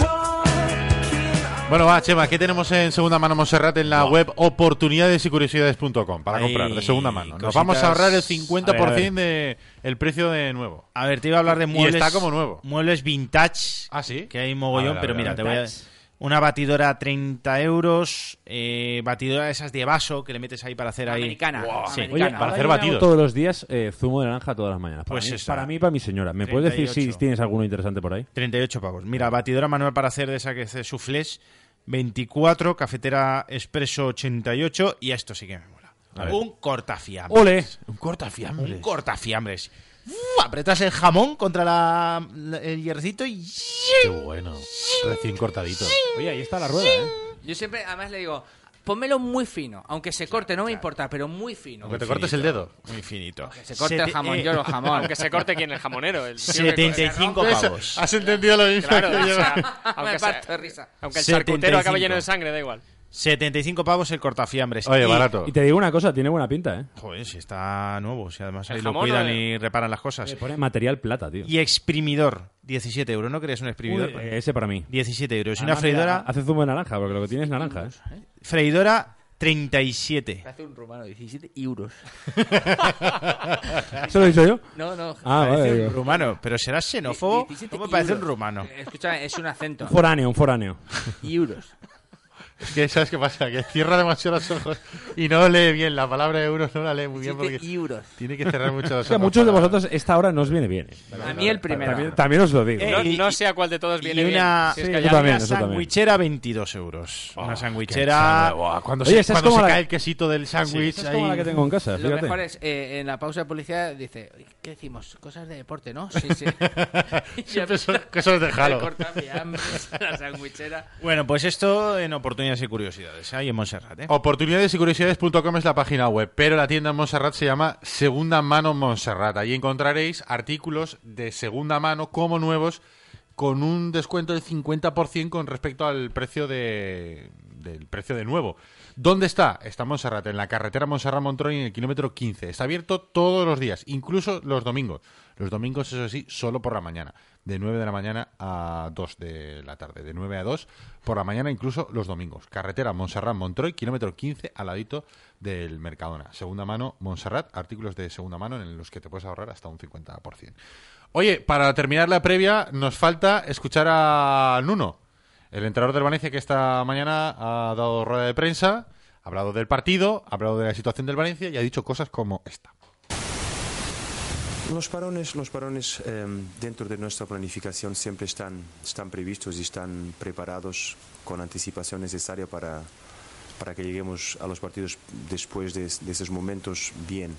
you was good. Walking Bueno, va, Chema, ¿qué tenemos en segunda mano Monserrat en la web oportunidades y curiosidades.com para Hay comprar de segunda mano? Nos cositas- vamos a ahorrar el 50% A ver, a de el precio de nuevo. A ver, te iba a hablar de muebles. está como nuevo. Muebles vintage. Ah, ¿sí? Que hay mogollón, A ver, a pero ver, mira, a te ver. voy a. Una batidora a 30 euros. eh, batidora de esas de vaso que le metes ahí para hacer ahí. Americana. Sí. Americana. Oye, Ahora hacer para hacer batidos. batidos. Todos los días eh, zumo de naranja todas las mañanas. Para Pues mí, esa. para mí y para mi señora. ¿Me puedes decir si 38. tienes alguno interesante por ahí? 38 pavos. Mira, batidora manual para hacer de esa que hace soufflés, 24, cafetera expreso 88 y esto sí que me mola. Un cortafiambres. ¡Ole! Un cortafiambre. Un cortafiambres. Uf, apretas el jamón contra la- la- el hiercito y... Qué bueno. Recién cortadito. Oye, ahí está la rueda, ¿eh? Yo siempre, además, le digo, pónmelo muy fino. Aunque se corte, no me importa, pero muy fino. Aunque te cortes el dedo. Muy finito. eh, Que se eh, corte el jamón, yo lo jamón. Aunque se corte quien el jamonero. El tío que- 75 pavos. Has entendido lo mismo Claro, que o yo. sea, Me aunque, parto de sea- risa. aunque el charcutero 75. acabe lleno de sangre, da igual. 75 pavos el cortafiambres. Y- Y te digo una cosa, tiene buena pinta, ¿eh? Joder, si está nuevo, si además ¿El ahí lo jamón cuidan o el- y reparan las cosas. Le pone material plata, tío. Y exprimidor, 17 euros. ¿No querías un exprimidor? Pues eh, Uy, ese para mí. 17 euros. Y Ah, una no, mira, freidora, Hace zumo de naranja, porque lo que tiene es naranja, ¿eh? freidora 37. Hace un romano, 17 euros. ¿Eso lo he dicho yo? No, no. Ah, parece vale, un un rumano, pero serás xenófobo. 17 ¿Cómo parece un euros. rumano? Eh, Escúchame, es un acento. Un foráneo, un foráneo. Euros. Es que, ¿sabes qué pasa? Que cierra demasiado los ojos y no lee bien. La palabra euros no la lee muy bien porque euros. tiene que cerrar mucho los Es que a ojos. muchos de vosotros esta hora nos viene bien. ¿eh? A mí el primero. También, también os lo digo. no, no sé a cuál de todos viene Y una, bien. si es Sí, que yo hay también, una eso también. sandwichera 22 euros. una qué sandwichera. chulo. Buah, cuando Oye, se- esa es cuando como se la- cae el quesito del sándwich esa es como ahí. la que tengo en casa, Lo fíjate. mejor es, eh, en la pausa de policía dice, ¿qué decimos? Cosas de deporte, ¿no? Sí, sí. Siempre son cosas de jalo. El cortafiambres, la sandwichera. Bueno, pues esto en oportunidades y curiosidades. Ahí en Montserrat, ¿eh? Oportunidades y curiosidades.com es la página web, pero la tienda en Montserrat se llama Segunda Mano Montserrat. Allí encontraréis artículos de segunda mano como nuevos con un descuento del 50% con respecto al precio de del precio de nuevo. ¿Dónde está? Está en Montserrat, en la carretera Montserrat Montrón en el kilómetro 15. Está abierto todos los días, incluso los domingos. Los domingos, eso sí, solo por la mañana. De 9 de la mañana a 2 de la tarde. De 9 a 2 por la mañana, incluso los domingos. Carretera Montserrat Montroy, kilómetro 15, al ladito del Mercadona. Segunda mano, Montserrat, artículos de segunda mano en los que te puedes ahorrar hasta un 50%. Oye, para terminar la previa, nos falta escuchar a Nuno. El entrenador del Valencia que esta mañana ha dado rueda de prensa, ha hablado del partido, ha hablado de la situación del Valencia y ha dicho cosas como esta. Los parones, los parones eh, dentro de nuestra planificación siempre están, están previstos y están preparados con anticipación necesaria para, para que lleguemos a los partidos después de, de esos momentos bien.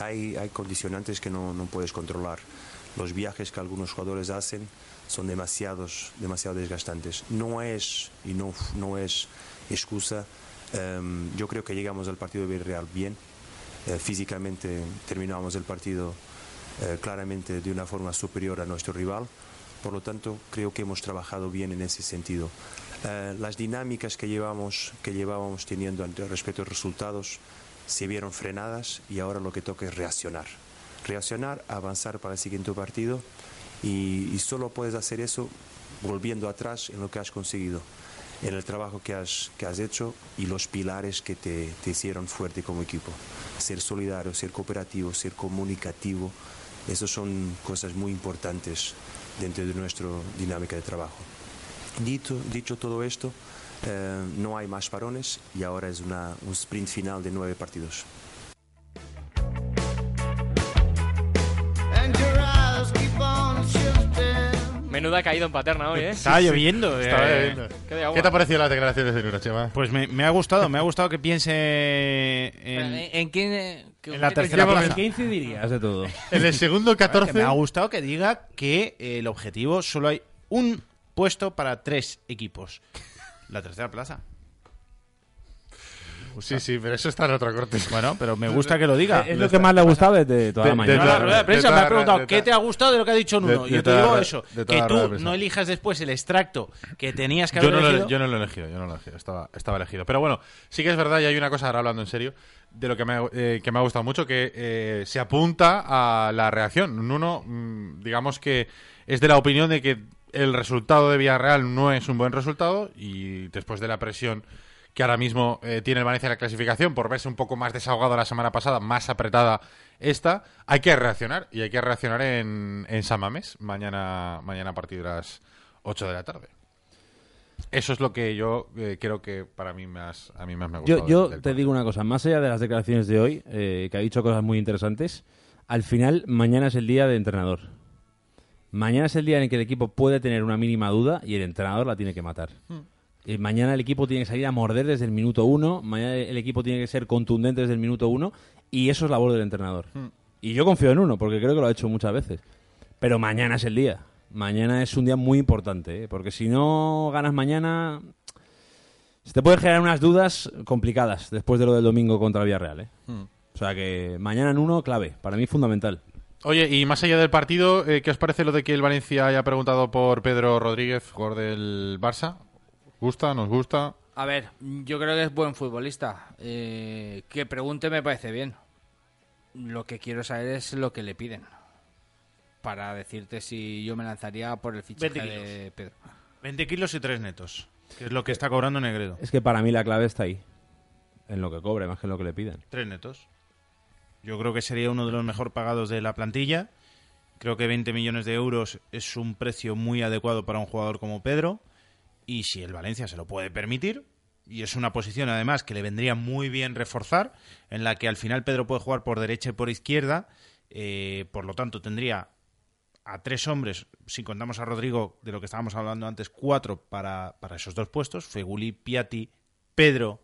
Hay, hay condicionantes que no, no puedes controlar. Los viajes que algunos jugadores hacen son demasiados, demasiado desgastantes. No es, y no, no es excusa, eh, yo creo que llegamos al partido de Villarreal bien, eh, físicamente terminamos el partido eh, claramente de una forma superior a nuestro rival. Por lo tanto, creo que hemos trabajado bien en ese sentido. Eh, las dinámicas que llevamos, que llevábamos teniendo ante- respecto a los resultados se vieron frenadas y ahora lo que toca es reaccionar. Reaccionar, avanzar para el siguiente partido y, y solo puedes hacer eso volviendo atrás en lo que has conseguido, en el trabajo que has, que has hecho y los pilares que te, te hicieron fuerte como equipo. Ser solidario, ser cooperativo, ser comunicativo, esas son cosas muy importantes dentro de nuestra dinámica de trabajo. Dicho, dicho todo esto, eh, no hay más parones y ahora es una- un sprint final de nueve partidos. Menuda caída en paterna hoy, ¿eh? Estaba lloviendo. Estaba eh. lloviendo. Qué de agua. ¿Qué te ha parecido las declaraciones de Nuno, Chema? Pues me, me ha gustado, me ha gustado que piense ¿En, en, en quién, eh, qué- en la qué- tercera Llámame. plaza. ¿Qué incidirías de todo? En el segundo Que 14, me ha gustado que diga que eh, el objetivo solo hay un puesto para tres equipos. La tercera plaza. sí, sí, pero eso está en otro corte. Bueno, pero me gusta que lo diga. Es lo que más le ha gustado desde toda De- la mañana. No, de la rueda de prensa toda me la- ha preguntado de qué toda- te ha gustado de lo que ha dicho Nuno. de y yo te toda digo la- eso, de toda que la rueda de tú prensa. no elijas después el extracto que tenías que Yo haber no, lo, elegido. yo no lo he elegido, yo no lo he elegido, estaba, estaba elegido. Pero bueno, sí que es verdad y hay una cosa, ahora hablando en serio, de lo que me, ha- eh, que me ha gustado mucho, que eh, se apunta a la reacción. Nuno, mm, digamos que es de la opinión de que el resultado de Villarreal no es un buen resultado y después de la presión que ahora mismo eh, tiene el Valencia en la clasificación por verse un poco más desahogado la semana pasada, más apretada esta, hay que reaccionar y hay que reaccionar en, en San Mamés mañana, mañana a partir de las 8 de la tarde. Eso es lo que yo eh, creo que para mí más a mí más me ha Yo, gustado. yo del- del te digo una cosa, más allá de las declaraciones de hoy, eh, que ha dicho cosas muy interesantes, al final mañana es el día de entrenador. Mañana es el día en el que el equipo puede tener una mínima duda y el entrenador la tiene que matar. Eh, mañana el equipo tiene que salir a morder desde el minuto uno, mañana el equipo tiene que ser contundente desde el minuto uno y eso es labor del entrenador. Y yo confío en uno, porque creo que lo ha hecho muchas veces. Pero mañana es el día. Mañana es un día muy importante, ¿eh? porque si no ganas mañana, se te pueden generar unas dudas complicadas después de lo del domingo contra Villarreal, ¿eh? Hmm. O sea que mañana en uno, clave. Para mí fundamental. Oye, y más allá del partido, eh, ¿qué os parece lo de que el Valencia haya preguntado por Pedro Rodríguez, jugador del Barça? ¿Gusta? ¿Nos gusta? A ver, yo creo que es buen futbolista. Eh, que pregunte me parece bien. Lo que quiero saber es lo que le piden. Para decirte si yo me lanzaría por el fichaje 20 de Pedro. 20 kilos y 3 netos, que es lo que está cobrando Negredo. Es que para mí la clave está ahí. En lo que cobre, más que en lo que le piden. 3 netos. Yo creo que sería uno de los mejor pagados de la plantilla. Creo que 20 millones de euros es un precio muy adecuado para un jugador como Pedro. Y si el Valencia se lo puede permitir, y es una posición además que le vendría muy bien reforzar, en la que al final Pedro puede jugar por derecha y por izquierda. eh, por lo tanto, tendría a tres hombres, si contamos a Rodrigo, de lo que estábamos hablando antes, cuatro para, para esos dos puestos, Feguli, Piatti, Pedro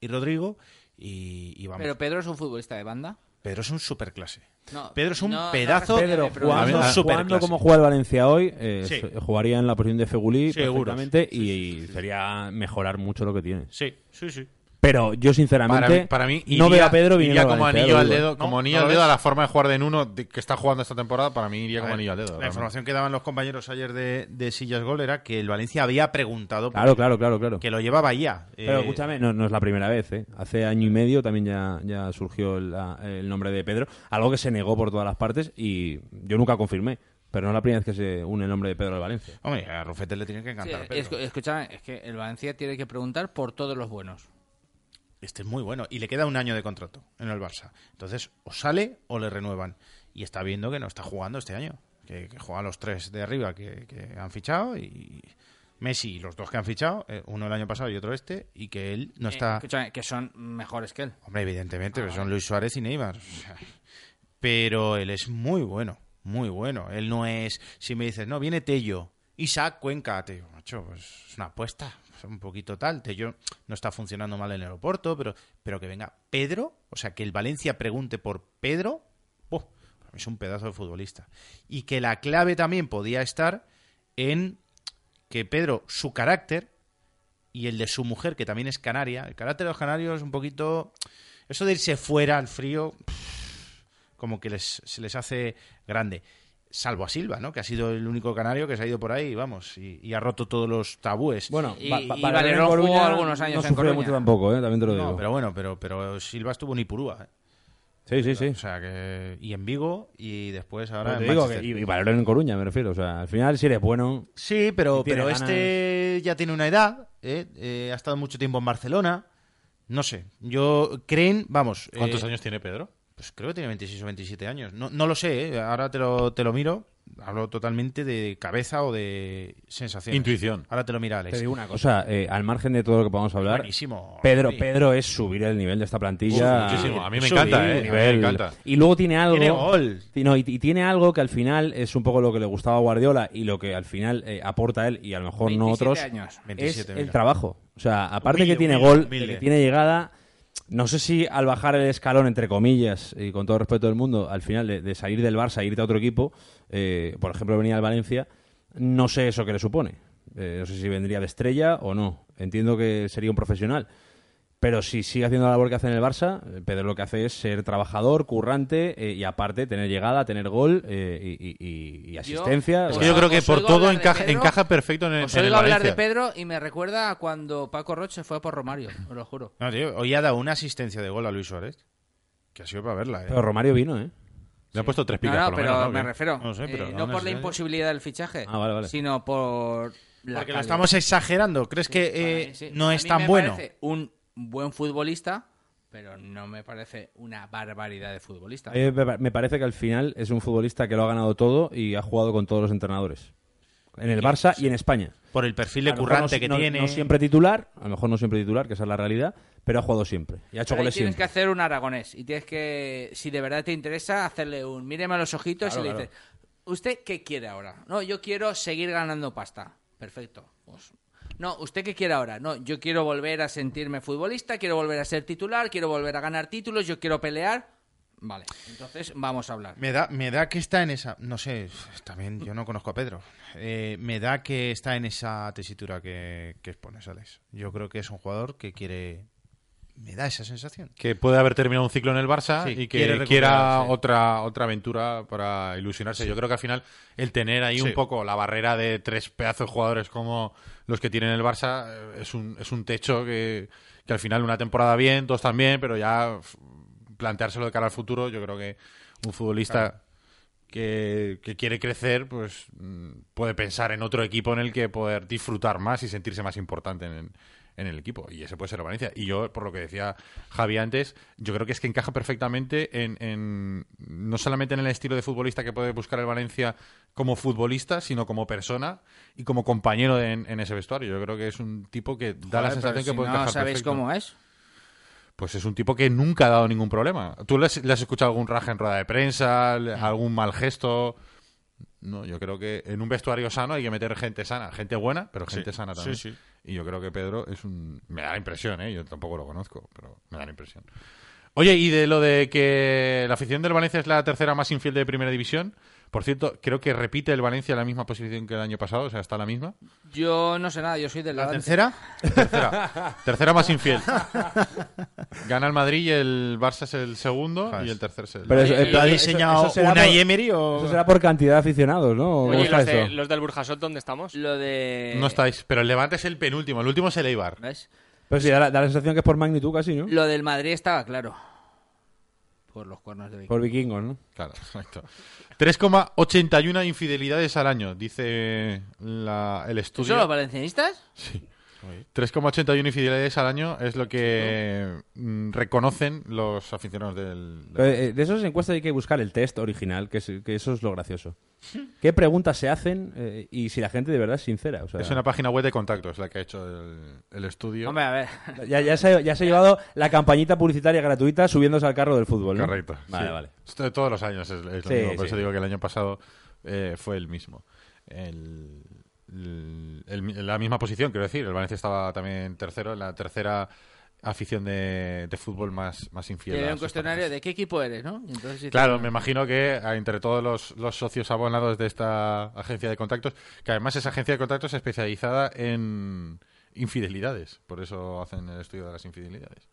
y Rodrigo. Y, y vamos, Pero Pedro es un futbolista de banda. Pedro es un superclase. No, Pedro es un no, no, pedazo respétame, Eh, de pero- Jugando, jugador superclase. jugando como juega el Valencia hoy, eh, Sí. se- jugaría en la posición de Fegulí Seguros. perfectamente y, y sería mejorar mucho lo que tiene. Sí, sí, sí. Pero yo, sinceramente, Para mí, para mí iría- no veo a Pedro viniendo iría al como Valencia, anillo lo al digo. dedo, como anillo ¿No al lo dedo a ves? la forma de jugar de Nuno de- que está jugando esta temporada, para mí iría A como ver, anillo al dedo. la realmente. información que daban los compañeros ayer de, de Sillas Gol era que el Valencia había preguntado Claro, claro, claro, claro. que lo llevaba ya. Eh, Pero escúchame, no, no es la primera vez. ¿eh? Hace año y medio también ya, ya surgió el, la- el nombre de Pedro, algo que se negó por todas las partes y yo nunca confirmé. Pero no es la primera vez que se une el nombre de Pedro al Valencia. Hombre, a Rufete le tiene que Sí, encantar. Pedro. es- escúchame, es que el Valencia tiene que preguntar por todos los buenos. Este es muy bueno y le queda un año de contrato en el Barça. Entonces, o sale o le renuevan. Y está viendo que no está jugando este año. Que, que juega los tres de arriba que, que han fichado y Messi, y los dos que han fichado, eh, uno el año pasado y otro este, y que él no Eh, está. escúchame, que son mejores que él. Hombre, evidentemente, pero son Luis Suárez y Neymar. O sea, Pero él es muy bueno, muy bueno. Él no es. Si me dices, no, viene Tello, Isaac Cuenca, te digo, macho, pues es una apuesta, es un poquito tal. Tello no está funcionando mal en el aeropuerto, pero, pero que venga Pedro, o sea, que el Valencia pregunte por Pedro, ¡buah! para mí es un pedazo de futbolista. Y que la clave también podía estar en que Pedro, su carácter y el de su mujer, que también es canaria, el carácter de los canarios es un poquito. Eso de irse fuera al frío, pff, como que les, se les hace grande. Salvo a Silva, ¿no? Que ha sido el único canario que se ha ido por ahí, vamos, y, y ha roto todos los tabúes. Bueno, Y- Va- y Va- Valerón Valero en jugó Coruña algunos años no en sufrió Coruña. mucho tampoco, ¿eh? también te lo digo. No, pero bueno, pero, pero Silva estuvo en Ipurúa, ¿eh? sí, sí, sí. O sea, que. Y en Vigo, y después ahora. Pero te en digo Manchester. que- y, y Valero en Coruña, me refiero. O sea, al final, si eres bueno, Sí, Y pero, tiene pero ganas. este ya tiene una edad, ¿eh? Eh, ha estado mucho tiempo en Barcelona. No sé, yo creen, vamos. eh, ¿Cuántos años tiene Pedro? Pues creo que tiene 26 o 27 años. No, no lo sé, ¿eh? ahora te lo, te lo miro. Hablo totalmente de cabeza o de sensación. Intuición. Ahora te lo mira, Alex. te digo una cosa, eh, al margen de todo lo que podamos hablar, Buenísimo. Pedro, Rodri. Pedro es subir el nivel de esta plantilla. Uf, muchísimo. A mí me Subir encanta, el eh. A mí me nivel. encanta. Y luego tiene algo. Tiene gol. y no, y, y tiene algo que al final es un poco lo que le gustaba a Guardiola y lo que al final eh, aporta él y a lo mejor no 27 otros. años. 27, es el mira. trabajo. O sea, aparte Humilde, que tiene humilde, gol, humilde. de que tiene llegada. No sé si al bajar el escalón, entre comillas, y con todo el respeto del mundo, al final de, de salir del Barça, irte a otro equipo, eh, por ejemplo, venir al Valencia, no sé eso que le supone. Eh, no sé si vendría de estrella o no. Entiendo que sería un profesional. Pero si sigue haciendo la labor que hace en el Barça, eh, Pedro lo que hace es ser trabajador, currante eh, y aparte tener llegada, tener gol eh, y, y- y- y asistencia. Es Es O que sea, yo creo que Os por oigo todo hablar de encaja, Pedro. encaja perfecto en el, Os en el oigo hablar de Valencia. Pedro y me recuerda a cuando Paco Roche se fue por Romario, os lo juro. No, tío, hoy ha dado una asistencia de gol a Luis Suárez. Que ha sido para verla, ¿eh? Pero Romario vino, ¿eh? Le ha puesto tres No, picas no, por lo pero menos, ¿no? me Que- refiero. No sé, pero eh, no, no no por sé. la imposibilidad del fichaje, Ah, vale, vale. sino por la Porque lo calidad. estamos exagerando. ¿Crees que eh, Para mí, sí. no A es mí tan me bueno? parece un buen futbolista, pero no me parece una barbaridad de futbolista. A Eh, mí me pa- me parece que al final es un futbolista que lo ha ganado todo y ha jugado con todos los entrenadores. En el Barça y en España. Por el perfil A de lo mejor currante no- que no- tiene. No siempre titular, a lo mejor no siempre titular, que esa es la realidad, pero ha jugado siempre. Y ha hecho Pero ahí goles tienes que siempre. hacer un aragonés y tienes que, si de verdad te interesa, hacerle un míreme a los ojitos y le dices, ¿usted qué quiere ahora? No, yo quiero seguir ganando pasta. Perfecto. Pues, no, ¿usted qué quiere ahora? No, yo quiero volver a sentirme futbolista, quiero volver a ser titular, quiero volver a ganar títulos, yo quiero pelear. Vale, entonces vamos a hablar. Me da, me da que está en esa. No sé, también yo no conozco a Pedro. Eh, me da que está en esa tesitura que, que expones, Alex. Yo creo que es un jugador que quiere Me da esa sensación. Que puede haber terminado un ciclo en el Barça Sí, y que quiere recuperar, quiera sí. otra, otra aventura para ilusionarse. Sí. Yo creo que al final el tener ahí Sí. un poco la barrera de tres pedazos de jugadores como los que tienen el Barça eh, es un, es un techo que, que al final una temporada bien, dos también, pero ya f- planteárselo de cara al futuro, yo creo que un futbolista que, que quiere crecer, pues mm, puede pensar en otro equipo en el que poder disfrutar más y sentirse más importante en, en el equipo. Y ese puede ser el Valencia. Y yo, por lo que decía Javi antes, yo creo que es que encaja perfectamente en, en- no solamente en el estilo de futbolista que puede buscar el Valencia como futbolista, sino como persona y como compañero de- en, en ese vestuario. Yo creo que es un tipo que da la Joder, sensación pero que si puede no encajar sabéis perfecto. cómo es. Pues es un tipo que nunca ha dado ningún problema. ¿Tú le has, le has escuchado algún raje en rueda de prensa, le- Mm. algún mal gesto? No, yo creo que en un vestuario sano hay que meter gente sana, gente buena, pero Sí, gente sana también. sí, sí. Y yo creo que Pedro es un... Me da la impresión, ¿eh? Yo tampoco lo conozco, pero me da la impresión. Oye, y de lo de que la afición del Valencia es la tercera más infiel de Primera División, por cierto, creo que repite el Valencia la misma posición que el año pasado, o sea, está la misma. Yo no sé nada, yo soy del Levante. Tercera. Tercera más infiel. Gana el Madrid y el Barça es el segundo y el tercer es el... Pero eso- eh, pero eso- diseñado eso será una por- Emery o- Eso será por cantidad de aficionados, ¿no? ¿Cómo Oye, ¿y está los, de- eso? los del Burjasot, ¿dónde estamos? Lo de. No estáis, pero el Levante es el penúltimo, el último es el Eibar. ¿Ves? Pero sí, da la, da la sensación que es por magnitud casi, ¿no? Lo del Madrid estaba claro. Por los cuernos de Vicky. Por vikingos, ¿no? Claro, exacto. 3,81 infidelidades al año, dice la- el ¿Son estudio. los valencianistas? Sí. 3,81 infidelidades al año es lo que mm, reconocen los aficionados del... Pero, eh, de esas encuestas hay que buscar el test original, que, es- que eso es lo gracioso. ¿Qué preguntas se hacen eh, y si la gente de verdad es sincera? O sea, Es una página web de contactos la que ha hecho el, el estudio. Hombre, a ver. ya, ya se, ya se ha llevado la campañita publicitaria gratuita subiéndose al carro del fútbol, ¿no? Correcto. Vale, sí. vale. Esto de todos los años es, es lo Sí, mismo. Por sí. eso digo que el año pasado eh, fue el mismo. El- el- el- la misma posición, quiero decir. El Valencia estaba también tercero, en la tercera afición de, de fútbol más, más infiel. a Tiene un sus cuestionario de qué equipo eres, ¿no? Y entonces dice- Claro, me imagino que ah, entre todos los, los socios abonados de esta agencia de contactos, que además es agencia de contactos especializada en infidelidades, por eso hacen el estudio de las infidelidades.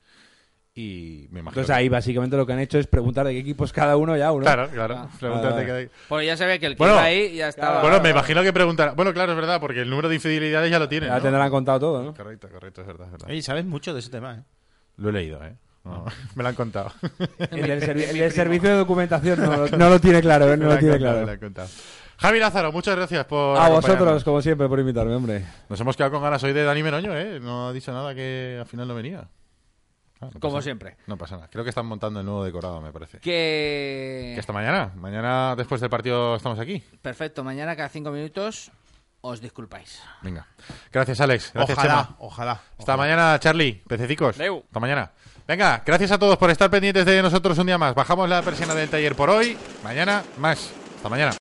Y me imagino. Entonces ahí básicamente lo que han hecho es preguntar de qué equipos cada uno ya uno. Claro, claro. Pregúntate Ah, vale. qué hay. Porque ya se ve que el que Bueno, iba ahí ya Ah. estaba. Bueno, me imagino que preguntará. Bueno, claro, es verdad, porque el número de infidelidades ya lo tienen. Ya ¿no? tendrán contado todo, ¿no? Correcto, correcto, es verdad, es verdad. Oye, sabes mucho de ese tema, ¿eh? Lo he leído, ¿eh? No, Ah. me lo han contado. El del, servi- el del servicio de documentación no, lo- no lo tiene claro, Me ¿eh? No lo lo han tiene contado, me claro. lo han contado. Javi Lázaro, muchas gracias por. A acompañarnos. vosotros, como siempre, por invitarme, hombre. Nos hemos quedado con ganas hoy de Dani Meroño, ¿eh? No ha dicho nada que al final no venía. Ah, no Como pasa- siempre. No pasa nada. Creo que están montando el nuevo decorado, me parece. Que. Que hasta mañana. Mañana, después del partido, estamos aquí. Perfecto, mañana cada cinco minutos os disculpáis. Venga. Gracias, Alex. Gracias, ojalá, Chema. ojalá. Hasta mañana, Charlie, pececicos. Adeu. Hasta mañana. Venga, gracias a todos por estar pendientes de nosotros un día más. Bajamos la persiana del taller por hoy. Mañana más. Hasta mañana.